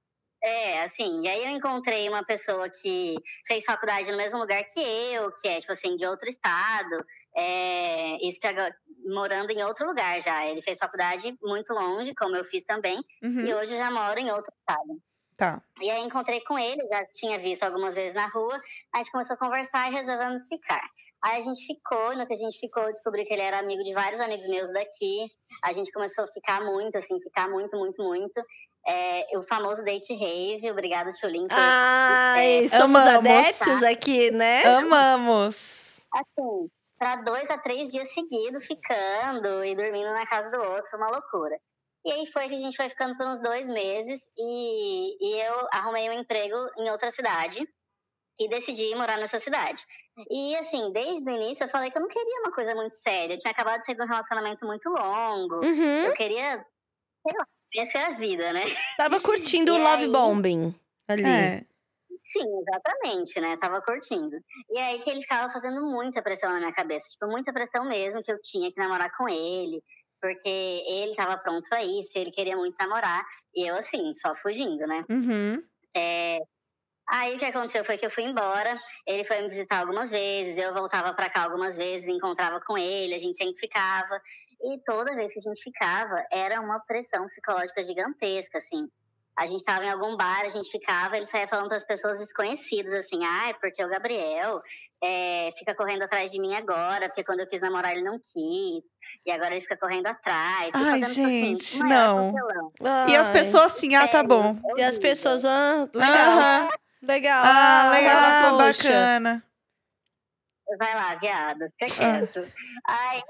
É, assim, e aí eu encontrei uma pessoa que fez faculdade no mesmo lugar que eu, que é, tipo assim, de outro estado. É, isso que agora- morando em outro lugar já. Ele fez faculdade muito longe, como eu fiz também, Uhum. e hoje eu já moro em outro estado. Tá. E aí encontrei com ele, já tinha visto algumas vezes na rua, a gente começou a conversar e resolvemos ficar. Aí a gente ficou, e no que a gente ficou, eu descobri que ele era amigo de vários amigos meus daqui. A gente começou a ficar muito, assim, ficar muito, muito, muito. É, o famoso date rave, obrigado, Tchulin, por Ai, É, somos amamos. adeptos aqui, né? Amamos. assim, pra dois a três dias seguidos, ficando e dormindo na casa do outro, foi uma loucura. E aí foi que a gente foi ficando por uns dois meses e, e eu arrumei um emprego em outra cidade e decidi ir morar nessa cidade. E assim, desde o início eu falei que eu não queria uma coisa muito séria. Eu tinha acabado de sair de um relacionamento muito longo. Uhum. Eu queria, sei lá, conhecer a vida, né? Tava curtindo o E love aí? bombing ali. É. Sim, exatamente, né? Tava curtindo. E aí que ele ficava fazendo muita pressão na minha cabeça, tipo, muita pressão mesmo que eu tinha que namorar com ele, porque ele tava pronto pra isso, ele queria muito namorar, e eu assim, só fugindo, né? Uhum. É, Aí o que aconteceu foi que eu fui embora, ele foi me visitar algumas vezes, eu voltava pra cá algumas vezes, encontrava com ele, a gente sempre ficava. E toda vez que a gente ficava, era uma pressão psicológica gigantesca, assim. A gente tava em algum bar, a gente ficava, ele saía falando para as pessoas desconhecidas, assim, ah, é porque o Gabriel é, fica correndo atrás de mim agora, porque quando eu quis namorar ele não quis, e agora ele fica correndo atrás. E Ai, fazendo, tipo, assim, gente, o maior não. papelão. É, E as Ai. pessoas assim, ah, tá Sério, bom. E as horrível. pessoas, ah, legal, Aham. legal. Ah, legal, ah, poxa. bacana. Vai lá, viado, fica Ah. quieto. Aí,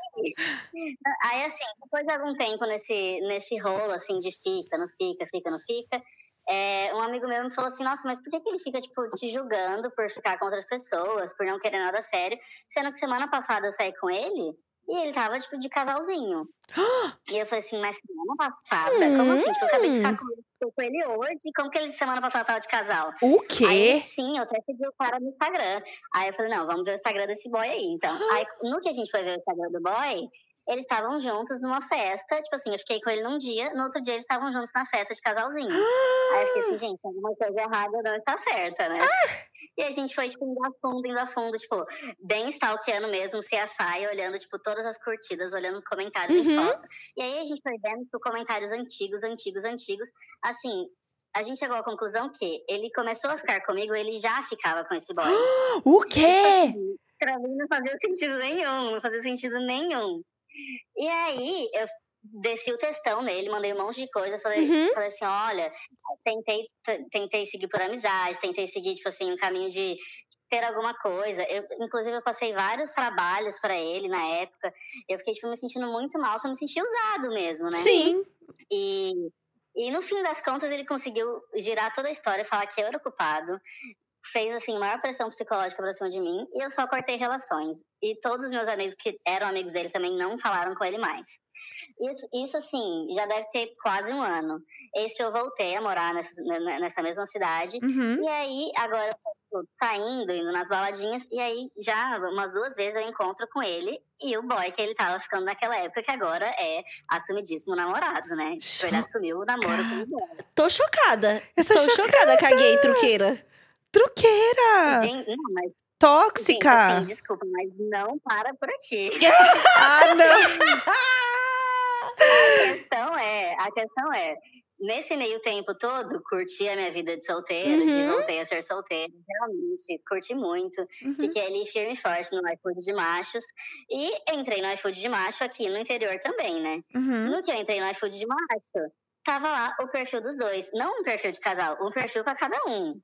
aí, assim, depois de algum tempo nesse, nesse rolo, assim, de fica, não fica, fica, não fica, é, um amigo meu me falou assim, nossa, mas por que, que ele fica, tipo, te julgando por ficar com outras pessoas, por não querer nada sério, sendo que semana passada eu saí com ele e ele tava, tipo, de casalzinho. e eu falei assim, mas semana passada? Como assim? Tipo, eu acabei de ficar com ele, tô com ele hoje, como que ele semana passada tava de casal? O Aí, quê? sim, eu até segui o cara no Instagram. Aí eu falei, não, vamos ver o Instagram desse boy aí, então. Aí, no que a gente foi ver o Instagram do boy, eles estavam juntos numa festa. Tipo assim, eu fiquei com ele num dia, no outro dia eles estavam juntos na festa de casalzinho. aí eu fiquei assim, gente, alguma coisa errada não está certa, né? E a gente foi, tipo, indo a fundo, indo a fundo, tipo, bem stalkeando mesmo, se açaí, olhando, tipo, todas as curtidas, olhando os comentários em Uhum. foto. E aí a gente foi vendo, tipo, comentários antigos, antigos, antigos. Assim, a gente chegou à conclusão que ele começou a ficar comigo, ele já ficava com esse boy. O quê? pra mim não fazia sentido nenhum, não fazia sentido nenhum. E aí, eu desci o textão nele, mandei um monte de coisa, falei, Uhum. falei assim, olha, tentei, t- tentei seguir por amizade, tentei seguir, tipo assim, um caminho de ter alguma coisa. Eu, inclusive, eu passei vários trabalhos pra ele na época. Eu fiquei, tipo, me sentindo muito mal, porque eu me senti usado mesmo, né? Sim. E, e no fim das contas, ele conseguiu girar toda a história e falar que eu era o culpado. Fez, assim, maior pressão psicológica pra cima de mim. E eu só cortei relações. E todos os meus amigos que eram amigos dele também não falaram com ele mais. Isso, isso, assim, já deve ter quase um ano. Eis que eu voltei a morar nessa, ne- nessa mesma cidade. Uhum. E aí, agora eu tô saindo, indo nas baladinhas, e aí já umas duas vezes eu encontro com ele e o boy que ele tava ficando naquela época, que agora é assumidíssimo namorado, né? Tipo, ele Chocada. assumiu o namoro com o boy. Tô chocada. Eu sou Tô chocada, caguei, truqueira. Truqueira! Gente, não, mas, gente, Tóxica! assim, desculpa, mas não para por aqui. <laughs> Ah, não! A questão é, a questão é, nesse meio tempo todo, curti a minha vida de solteira, de Uhum. voltei a ser solteira, realmente, curti muito. Uhum. Fiquei ali firme e forte no iFood de machos. E entrei no iFood de macho aqui no interior também, né? Uhum. No que eu entrei no iFood de macho, tava lá o perfil dos dois. Não um perfil de casal, um perfil pra cada um.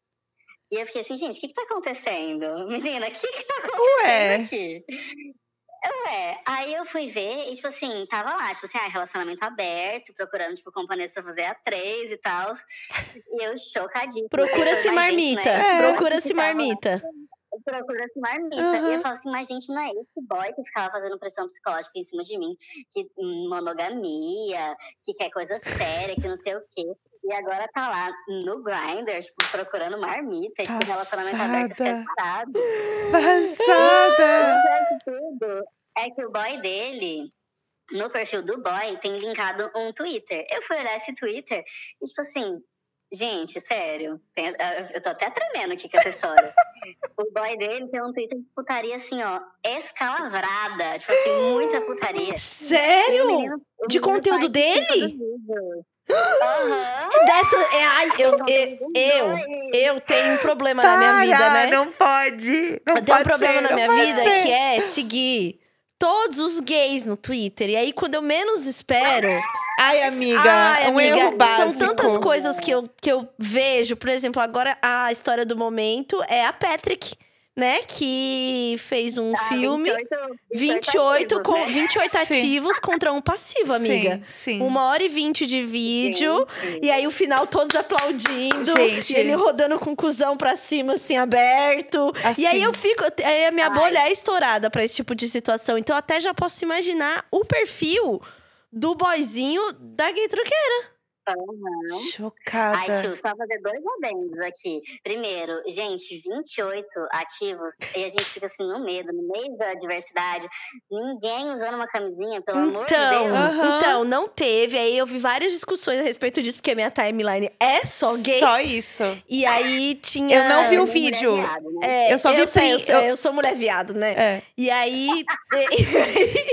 E eu fiquei assim, gente, o que que tá acontecendo? <laughs> Menina, o que que tá acontecendo é. Ué. aqui? Ué, É, aí eu fui ver e, tipo assim, tava lá, tipo assim, ah, relacionamento aberto, procurando, tipo, companhias pra fazer a três e tal. E eu chocadinha. Procura-se Mas isso, marmita. né? É. Procura-se Ficava lá marmita. procura-se marmita. Aham. E eu falo assim, mas gente, não é esse boy que ficava fazendo pressão psicológica em cima de mim, que hum, monogamia, que quer coisa séria, que não sei o quê. E agora tá lá no Grindr, tipo, procurando marmita, tipo, relacionamento aberto e Passada. separado. Passada! Pior de tudo é que o boy dele, no perfil do boy, tem linkado um Twitter. Eu fui olhar esse Twitter e, tipo assim, gente, sério, tem- eu- eu tô até tremendo aqui com <laughs> essa história. o boy dele tem um Twitter de putaria assim, ó, escalavrada. Tipo assim, muita putaria. E o Sério? menino- o De menino conteúdo participa dele? <gasps> dos vídeos. Aham. Ah, Dessa. é, ai, eu, um eu, eu, eu tenho um problema na minha vida, Para, né? Tá, Não pode! Não Eu tenho um pode ser, problema na não minha pode vida ser. que é seguir todos os gays no Twitter. E aí, quando eu menos espero. Ai, amiga, Ai, um amiga, erro básico. São tantas coisas que eu, que eu vejo. Por exemplo, agora a história do momento é a Patrick, né? Que fez um Ah, filme. 28, 28, ativos, com, né? 28 Sim. ativos contra um passivo, amiga. Sim, sim. Uma hora e vinte de vídeo. Gente. E aí o final todos aplaudindo. Gente. E ele rodando com o cuzão pra cima, assim, aberto. Assim. E aí eu fico. eu te- Aí a minha Ai. bolha é estourada pra esse tipo de situação. Então eu até já posso imaginar o perfil do boyzinho da gay truqueira. Aham. Ai, Chocada. tio, só fazer dois adendos aqui. Primeiro, gente, 28 ativos e a gente fica assim no medo, no meio da diversidade. Ninguém usando uma camisinha, pelo amor de Então, Deus. Aham. então, não teve. Aí eu vi várias discussões a respeito disso, porque minha timeline é só gay. Só isso. E aí tinha. Eu não vi o Mulher vídeo. viado, né? É, Eu só vi sei, eu, print, sou- eu- eu sou mulher viado, né? É. E aí. <laughs>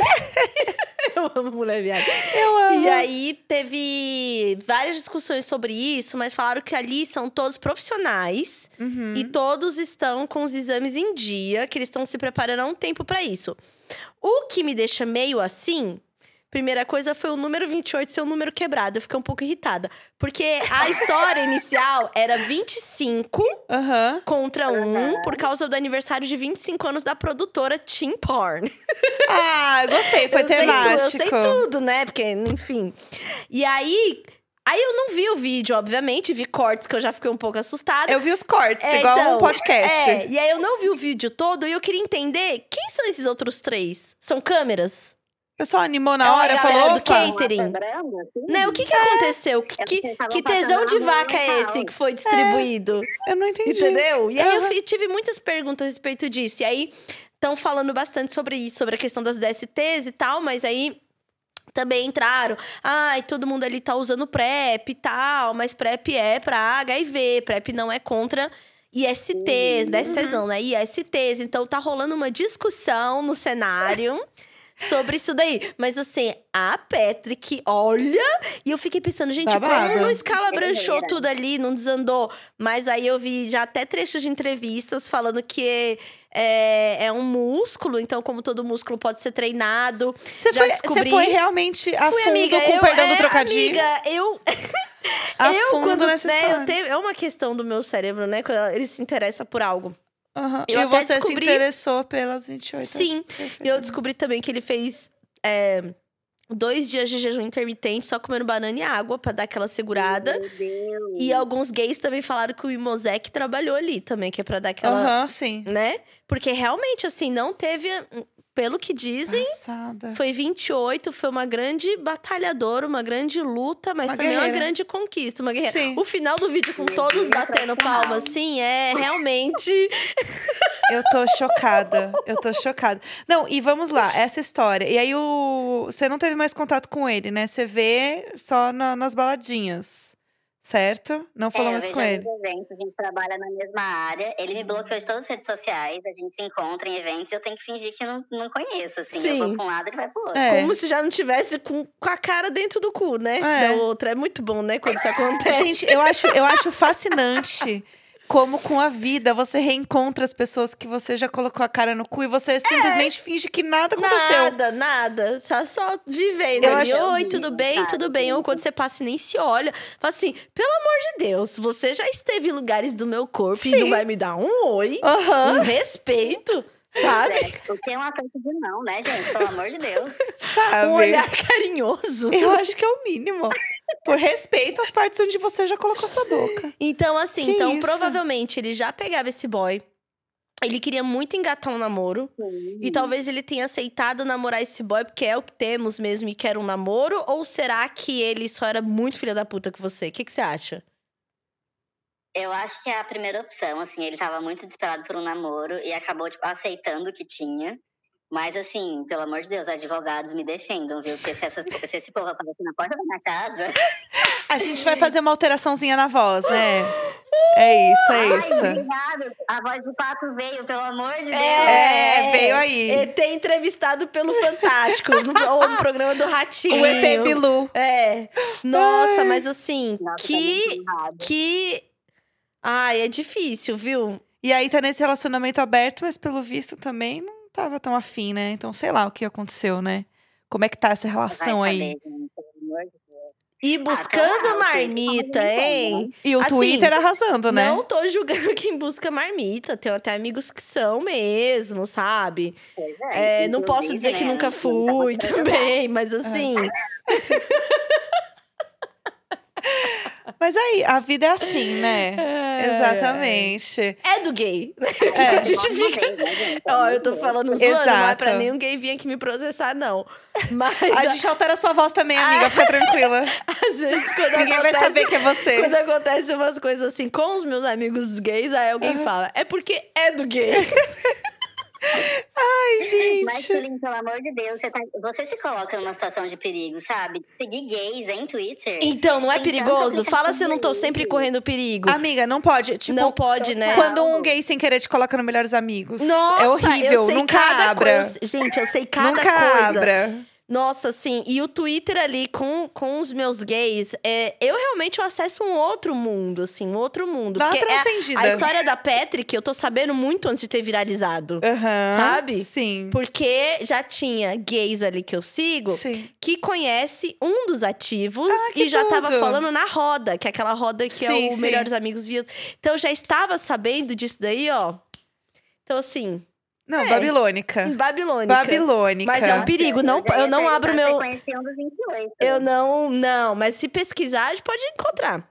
eu amo mulher viado. Eu amo. E aí teve várias discussões sobre isso, mas falaram que ali são todos profissionais Uhum. e todos estão com os exames em dia, que eles estão se preparando há um tempo pra isso. O que me deixa meio assim. Primeira coisa foi o número 28 ser um número quebrado. Eu fiquei um pouco irritada. Porque a <laughs> história inicial era 25 Aham. contra um por causa do aniversário de 25 anos da produtora Team Porn. Ah, eu gostei, foi eu temático. Sei tudo, eu sei tudo, né? Porque, enfim. E aí, aí eu não vi o vídeo, obviamente, vi cortes que eu já fiquei um pouco assustada. Eu vi os cortes, É, igual então, um podcast. É, e aí eu não vi o vídeo todo e eu queria entender quem são esses outros três? São câmeras? O pessoal animou É na uma hora, galera falou. do opa. Kate. catering. Quebrando, tá assim? Né? O que que É. aconteceu? Que, porque que, estavam que tesão passando de na vaca mão e é esse tal. que foi distribuído? Eu não entendi. Entendeu? E aí eu Aham. fi- tive muitas perguntas a respeito disso. E aí estão falando bastante sobre isso, sobre a questão das DSTs e tal, mas aí também entraram. Ai, todo mundo ali tá usando PrEP e tal, mas PrEP é pra HIV, PrEP não é contra. Uhum. <laughs> ISTs, DSTs não, né? ISTs. Então tá rolando uma discussão no cenário sobre isso daí. Mas assim, a Patrick, olha! E eu fiquei pensando, gente, Babado. como não escala branchou Guerreira. tudo ali, não desandou. Mas aí eu vi já até trechos de entrevistas falando que é, é um músculo, então, como todo músculo pode ser treinado. Você Já foi, descobri. você foi realmente a Fui, fundo amiga, com eu, o perdão é, do trocadilho. Amiga, eu, a eu fundo quando nessa né, história. eu tenho, é uma questão do meu cérebro, né? Quando ele se interessa por algo. Aham. eu e até você descobri- se interessou pelas 28. Sim. E eu descobri também que ele fez é, dois dias de jejum intermitente, só comendo banana e água pra dar aquela segurada. Meu Deus. E alguns gays também falaram que o Imosec trabalhou ali também, que é pra dar aquela. Aham, sim. Né? Porque realmente, assim, não teve. Pelo que dizem, Passada. foi 28, foi uma grande batalhadora, uma grande luta, mas Uma também uma guerreira. grande conquista, uma guerreira. Sim. O final do vídeo com Meu todos Deus, batendo sensacional. palmas, sim, <laughs> é realmente. Eu tô chocada. Eu tô chocada. Não, e vamos lá, essa história. E aí o. Você não teve mais contato com ele, né? Você vê só na- nas baladinhas. Certo? Não falou É, mais eu com vejo ele. nos eventos, a gente trabalha na mesma área. Ele me bloqueou de todas as redes sociais, a gente se encontra em eventos e eu tenho que fingir que não, não conheço, assim. Eu Sim. vou pra um lado, ele vai pro outro. É. Como se já não tivesse com, com a cara dentro do cu, né? É. Da outra. É muito bom, né? Quando isso acontece. Gente, eu acho, eu acho fascinante como com a vida você reencontra as pessoas que você já colocou a cara no cu e você simplesmente finge que nada aconteceu. É. Nada, nada. Só, só vivendo Eu ali. acho- Oi, tudo bem, Sabe, tudo bem. Ou quando você passa e nem se olha. Fala assim, pelo amor de Deus, você já esteve em lugares do meu corpo e Sim. não vai me dar um oi, Aham. um respeito, sabe? É, o que é um ataque de não, né, gente? Pelo amor de Deus. Sabe? Um olhar <laughs> carinhoso. Eu acho que é o mínimo. Por respeito às partes onde você já colocou sua boca. Então, assim, Que então isso? provavelmente ele já pegava esse boy. Ele queria muito engatar um namoro. E talvez ele tenha aceitado namorar esse boy porque é o que temos mesmo e quer um namoro? Ou será que ele só era muito filha da puta com você? O que, que você acha? Eu acho que é a primeira opção, assim, ele tava muito desesperado por um namoro e acabou, tipo, aceitando o que tinha. Mas, assim, pelo amor de Deus, advogados me defendam, viu? Porque se, essas, se esse povo aparecer na porta da minha <laughs> casa... A gente vai fazer uma alteraçãozinha na voz, né? É isso, é Ai, isso. obrigado! A voz de pato veio, pelo amor de Deus! É, veio aí. ET <laughs> entrevistado pelo Fantástico, no, ou no programa do Ratinho. O ET Bilu. É. Nossa, mas assim, Nossa, tá que. muito errado. Que. Ai, é difícil, viu? E aí tá nesse relacionamento aberto, mas pelo visto também não tava tão afim, né? Então sei lá o que aconteceu, né? Como é que tá essa Vai relação saber, aí? gente, pelo amor de E buscando Ah, claro, marmita, tem que tomar hein? atenção, E o Assim, Twitter arrasando, né? Não tô julgando <laughs> quem busca marmita. Tenho até amigos que são mesmo, sabe? Pois É, não inclusive, posso dizer que né, nunca não- não tava fui <laughs> esperando. também, mas assim. Mas aí, a vida é assim, né? <laughs> É, Exatamente. É do gay. É. a gente fica. Não sei, né, gente? Pelo Ó, amor eu de tô Deus. falando zoando, não é Exato. pra nenhum gay vir aqui me processar, <laughs> não. Mas A gente altera sua voz também, amiga, fica tranquila. <laughs> às vezes Ah. <laughs> quando Ninguém vai acontece, saber que é você. Quando acontece umas coisas assim com os meus amigos gays, aí alguém fala, é porque é do gay. Ai, Mas, gente. Tulin, pelo amor de Deus, você, tá- você se coloca numa situação de perigo, sabe? Seguir gays em Twitter. <laughs> Então, não é Tem tanto perigoso? Fala se eu não tô aplicativo. sempre correndo perigo. Amiga, não pode. Tipo, não pode, né? Quando um gay sem querer te coloca no Melhores Amigos. Nossa, é horrível. eu sei Nunca cada abra. coisa. Gente, eu sei cada Nunca coisa. abra. Nossa, assim, e o Twitter ali com, com os meus gays, é, eu realmente eu acesso um outro mundo, assim, um outro mundo. Dá uma porque é- transcendida. a história da Patrick eu tô sabendo muito antes de ter viralizado. Aham, sabe? Sim. Porque já tinha gays ali que eu sigo Sim. que conhece um dos ativos Ah, que e já tava tudo. falando na roda, que é aquela roda que Sim, é o sim. Melhores Amigos Via. Então eu já estava sabendo disso daí, ó. Então, assim, Não, É. babilônica. Babilônica. Ah. Babilônica. Mas é um Nossa, perigo, não- já ia eu não abro perguntar se meu- conhecia um dos 28. Eu não, não, mas se pesquisar, a gente pode encontrar.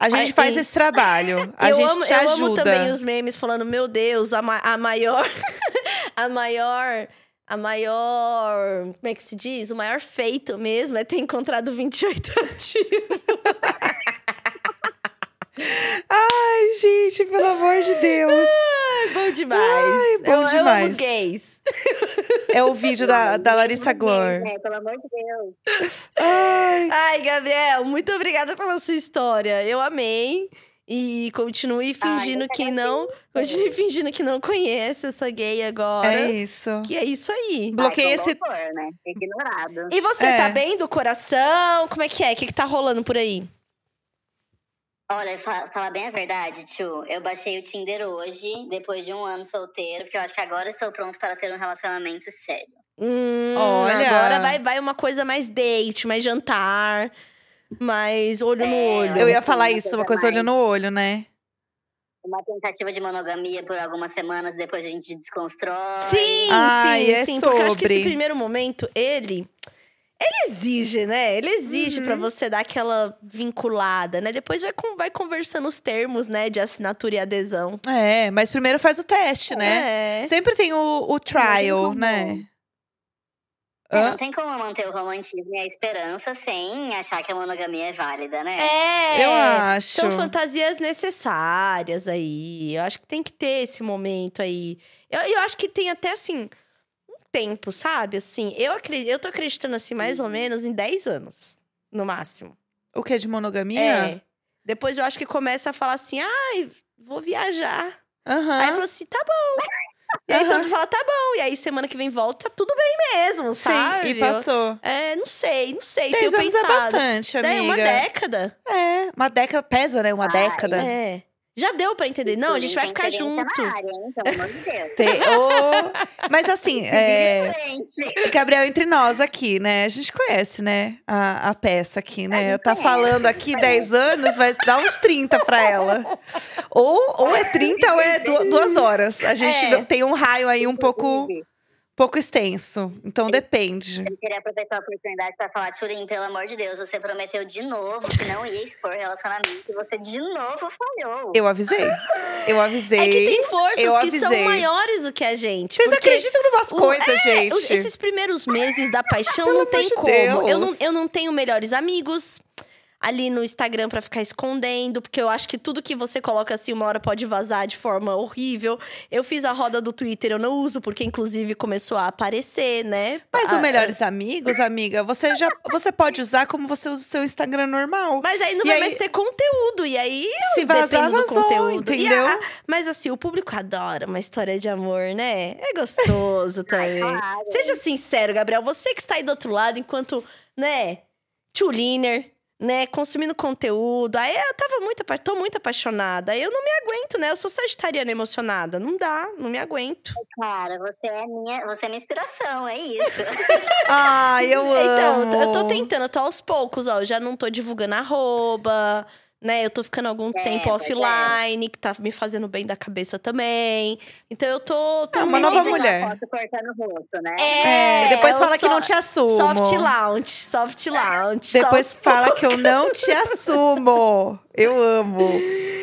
A gente Ai, faz sim. esse trabalho. A eu gente amo, te eu ajuda. amo também os memes falando, meu Deus, a, ma- a maior. <laughs> a maior. A maior. Como é que se diz? O maior feito mesmo é ter encontrado 28 <laughs> ativos. Ai, gente, pelo amor de Deus. Bom demais. bom eu, eu amo demais. os gays. <laughs> É o vídeo da, da Larissa Glor. É, pelo amor de Deus. Ai, Ai, Gabriel, muito obrigada pela sua história. Eu amei. E continue fingindo que não. Continue <laughs> fingindo que não conhece essa gay agora. É isso. Que é isso aí. Bloqueei Ai, esse- com louvor, né? Ignorado. E você, É. tá bem do coração? Como é que é? O que, que tá rolando por aí? Olha, fa- falar bem a verdade, tio. Eu baixei o Tinder hoje, depois de um ano solteiro, porque eu acho que agora eu estou pronto para ter um relacionamento sério. Hum, Olha. Agora vai, vai uma coisa mais date, mais jantar, mais olho no É, olho. Eu ia Assim, falar uma isso, uma coisa coisa olho no olho, né? Uma tentativa de monogamia por algumas semanas, depois a gente desconstrói. Sim, Ai, sim, é sim. Porque eu acho que esse sobre. primeiro momento, ele. Ele exige, né? Ele exige Uhum. pra você dar aquela vinculada, né? Depois vai, con- vai conversando os termos, né? De assinatura e adesão. É, mas primeiro faz o teste, né? É. Sempre tem o, o trial, como. né? É, Hã? não tem como manter o romantismo e a esperança sem achar que a monogamia é válida, né? É. Eu acho. São fantasias necessárias aí. Eu acho que tem que ter esse momento aí. Eu, eu acho que tem até assim um tempo, sabe? Assim, eu acredito, eu tô acreditando assim mais ou Uhum. menos em 10 anos, no máximo. O que de monogamia? É. Depois eu acho que começa a falar assim: "Ai, vou viajar". Aí Aham. fala assim: "Tá bom". E aí todo mundo fala: "Tá bom". E aí semana que vem volta, tá tudo bem mesmo, Sim, sabe? e passou. É, não sei, não sei, Dez tenho anos é pensado. bastante, Daí amiga. uma década. É, uma década pesa, né? Uma Ai, década. É. Já deu pra entender. É, Não, a gente vai Tem ficar experiência junto. Na área, hein? Pelo amor de <laughs> Deus. Tem- Ô, Mas assim, é, Gente, Gabriel, entre nós aqui, né? A gente conhece, né? A, a peça aqui, né? gente Tá conhece, falando aqui 10 anos, mas dá uns 30 pra ela. Ou, ou é 30 ou é du- duas horas. A gente É. tem um raio aí um pouco, inclusive, pouco extenso. Então depende. Eu queria aproveitar a oportunidade pra falar, Turim, pelo amor de Deus, você prometeu de novo que não ia expor relacionamento e você de novo falhou. Eu avisei. Eu avisei. É que tem forças eu que são avisei. maiores do que a gente. Vocês porque acreditam em umas o- coisas, é, os- gente? Esses primeiros meses da paixão Pelo não amor tem de como. Eu Deus. não, eu não tenho melhores amigos ali no Instagram pra ficar escondendo, porque eu acho que tudo que você coloca assim uma hora pode vazar de forma horrível. Eu fiz a roda do Twitter, eu não uso, porque inclusive começou a aparecer, né? Mas Ah, o Melhores Amigos, amiga, você já você pode usar como você usa o seu Instagram normal. Mas aí não E vai aí- mais ter conteúdo. E aí Se vazar, depende do vazou, conteúdo. E entendeu? a- mas assim, o público adora uma história de amor, né? É gostoso também. claro. Seja sincero, Gabriel. Você que está aí do outro lado, enquanto, né, tchuliner, né, consumindo conteúdo. Aí eu tava muito, apa- tô muito apaixonada. Eu não me aguento, né? Eu sou sagitariana emocionada. Não dá, não me aguento. Cara, você é minha, você é minha inspiração, é isso. Ai, eu amo. <laughs> Então, eu tô- eu tô tentando, eu tô aos poucos, ó. Eu já não tô divulgando arroba, né? Eu tô ficando algum É, tempo pois é. offline, que tá me fazendo bem da cabeça também. Então eu tô. tô É, <laughs> uma meio- nova Mas uma mulher. foto cortando o rosto, né? É, É, depois eu fala que só- não te assumo. Soft launch, soft launch. Depois soft- fala que eu não <laughs> te assumo. Eu amo.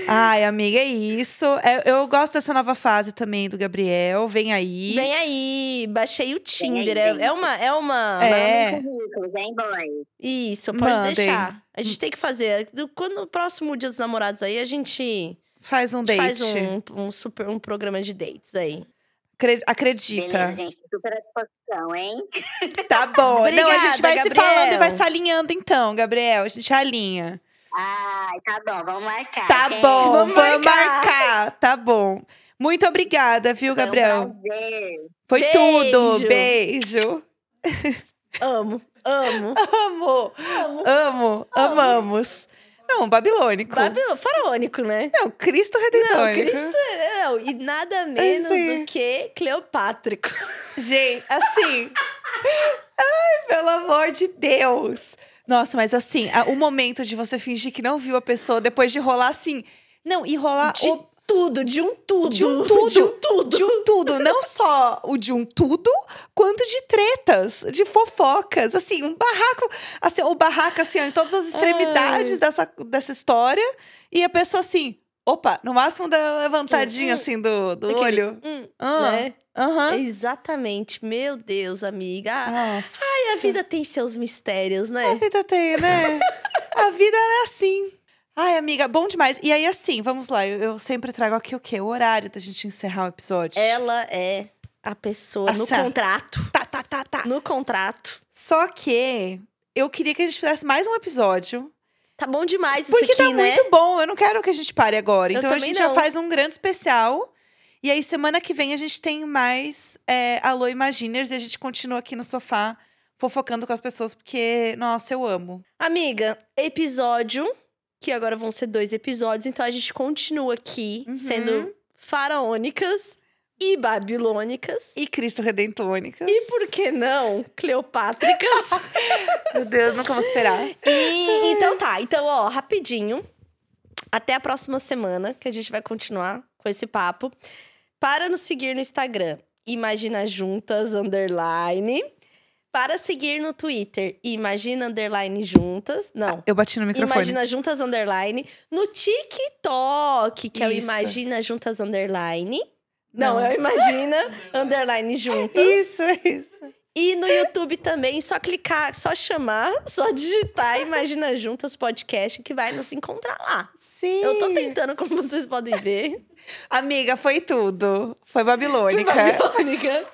Ai, amiga, é isso. É, Eu, gosto dessa nova fase também do Gabriel. Vem aí. Vem aí, baixei o Tinder. é- gente. é, uma. É uma. é. Currículos, hein, boy? Isso, pode Mandem. deixar. A gente tem que fazer. Do- Quando o próximo dia dos namorados aí, a gente Faz um date. faz um, um super um programa de dates aí. Cre- Acredita. Beleza, gente, super à disposição, hein? Tá bom. não, a gente Obrigada, vai se Gabriel. falando e vai se alinhando então, Gabriel. A gente alinha. Ai, tá bom, vamos marcar. Tá Ah, gente. bom, Vamos vamos, marcar. marcar. Tá bom. Muito obrigada, viu, Foi um Gabriel? prazer. Foi Beijo. tudo. Beijo. Amo, <laughs> amo. Amo. Amo. Amamos. Não, babilônico. Babilô, faraônico, né? Não, Cristo Não, redentônico. Cristo, é, não, e nada menos do que Cleopátrico. Gente, assim. Ai, pelo amor de Deus. Nossa, mas assim, a- o momento de você fingir que não viu a pessoa depois de rolar assim. Não, e rolar De Ah, o- tudo, de um tudo. De um tudo. <laughs> De um tudo. de um tudo, não só o de um tudo, quanto de tretas, de fofocas, assim, um barraco, assim, o barraco assim, ó, em todas as extremidades dessa, dessa história, e a pessoa assim, opa, no máximo da levantadinha Hum, assim do, do Aquele, olho. hum, Ah, né? Aham. Exatamente. Meu Deus, amiga. Ah, Nossa. tá, Ai, a vida tem seus mistérios, A né? vida tem, né? a vida é assim. Ai, amiga, bom demais. E aí, assim, vamos lá, eu, eu sempre trago aqui o quê? O horário da gente encerrar o episódio. Ela é a pessoa no Essa. contrato. Tá, tá, tá, tá. No contrato. Só que eu queria que a gente fizesse mais um episódio Tá bom demais Porque isso aqui, tá né? muito bom. Eu não quero que a gente pare agora. Eu então a também gente já não. faz um grande especial. E aí, semana que vem, a gente tem mais é, Alô Imaginers e a gente continua aqui no sofá fofocando com as pessoas, porque, nossa, eu amo. Amiga, episódio, que agora vão ser dois episódios, então a gente continua aqui Uhum. sendo faraônicas e babilônicas. E Cristo Redentônicas. E por que não, <laughs> Cleopátricas? Meu Deus, nunca vou esperar. E- então tá, então ó, rapidinho. Até a próxima semana que a gente vai continuar com esse papo. Para nos seguir no Instagram, Imagina Juntas underline. Para seguir no Twitter, Imagina underline Juntas. Não. <laughs> Eu bati no microfone. Imagina Juntas Underline. No TikTok, que é o Isso. Imagina Juntas Underline. Não, Não. é o Imagina Underline Juntas. Isso, é isso. E no YouTube também, só clicar, só chamar, <laughs> só digitar Imagina Juntas Podcast, que vai nos encontrar lá. Sim. Eu tô tentando, como vocês podem ver. Amiga, foi tudo. Foi Fui Babilônica. babilônica.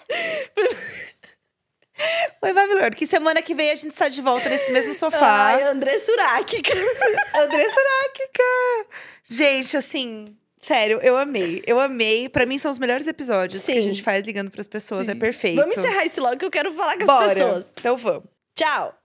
Foi Babilônica. E semana que vem a gente está de volta nesse mesmo sofá. Ai, André Suraki. <laughs> Andressa Aráquica! Gente, assim, sério, eu amei. Eu amei. Pra mim são os melhores episódios que a Sim. gente faz ligando pras pessoas. É Sim. perfeito. Vamos encerrar isso logo que eu quero falar com as Bora. pessoas. Então vamos. Tchau.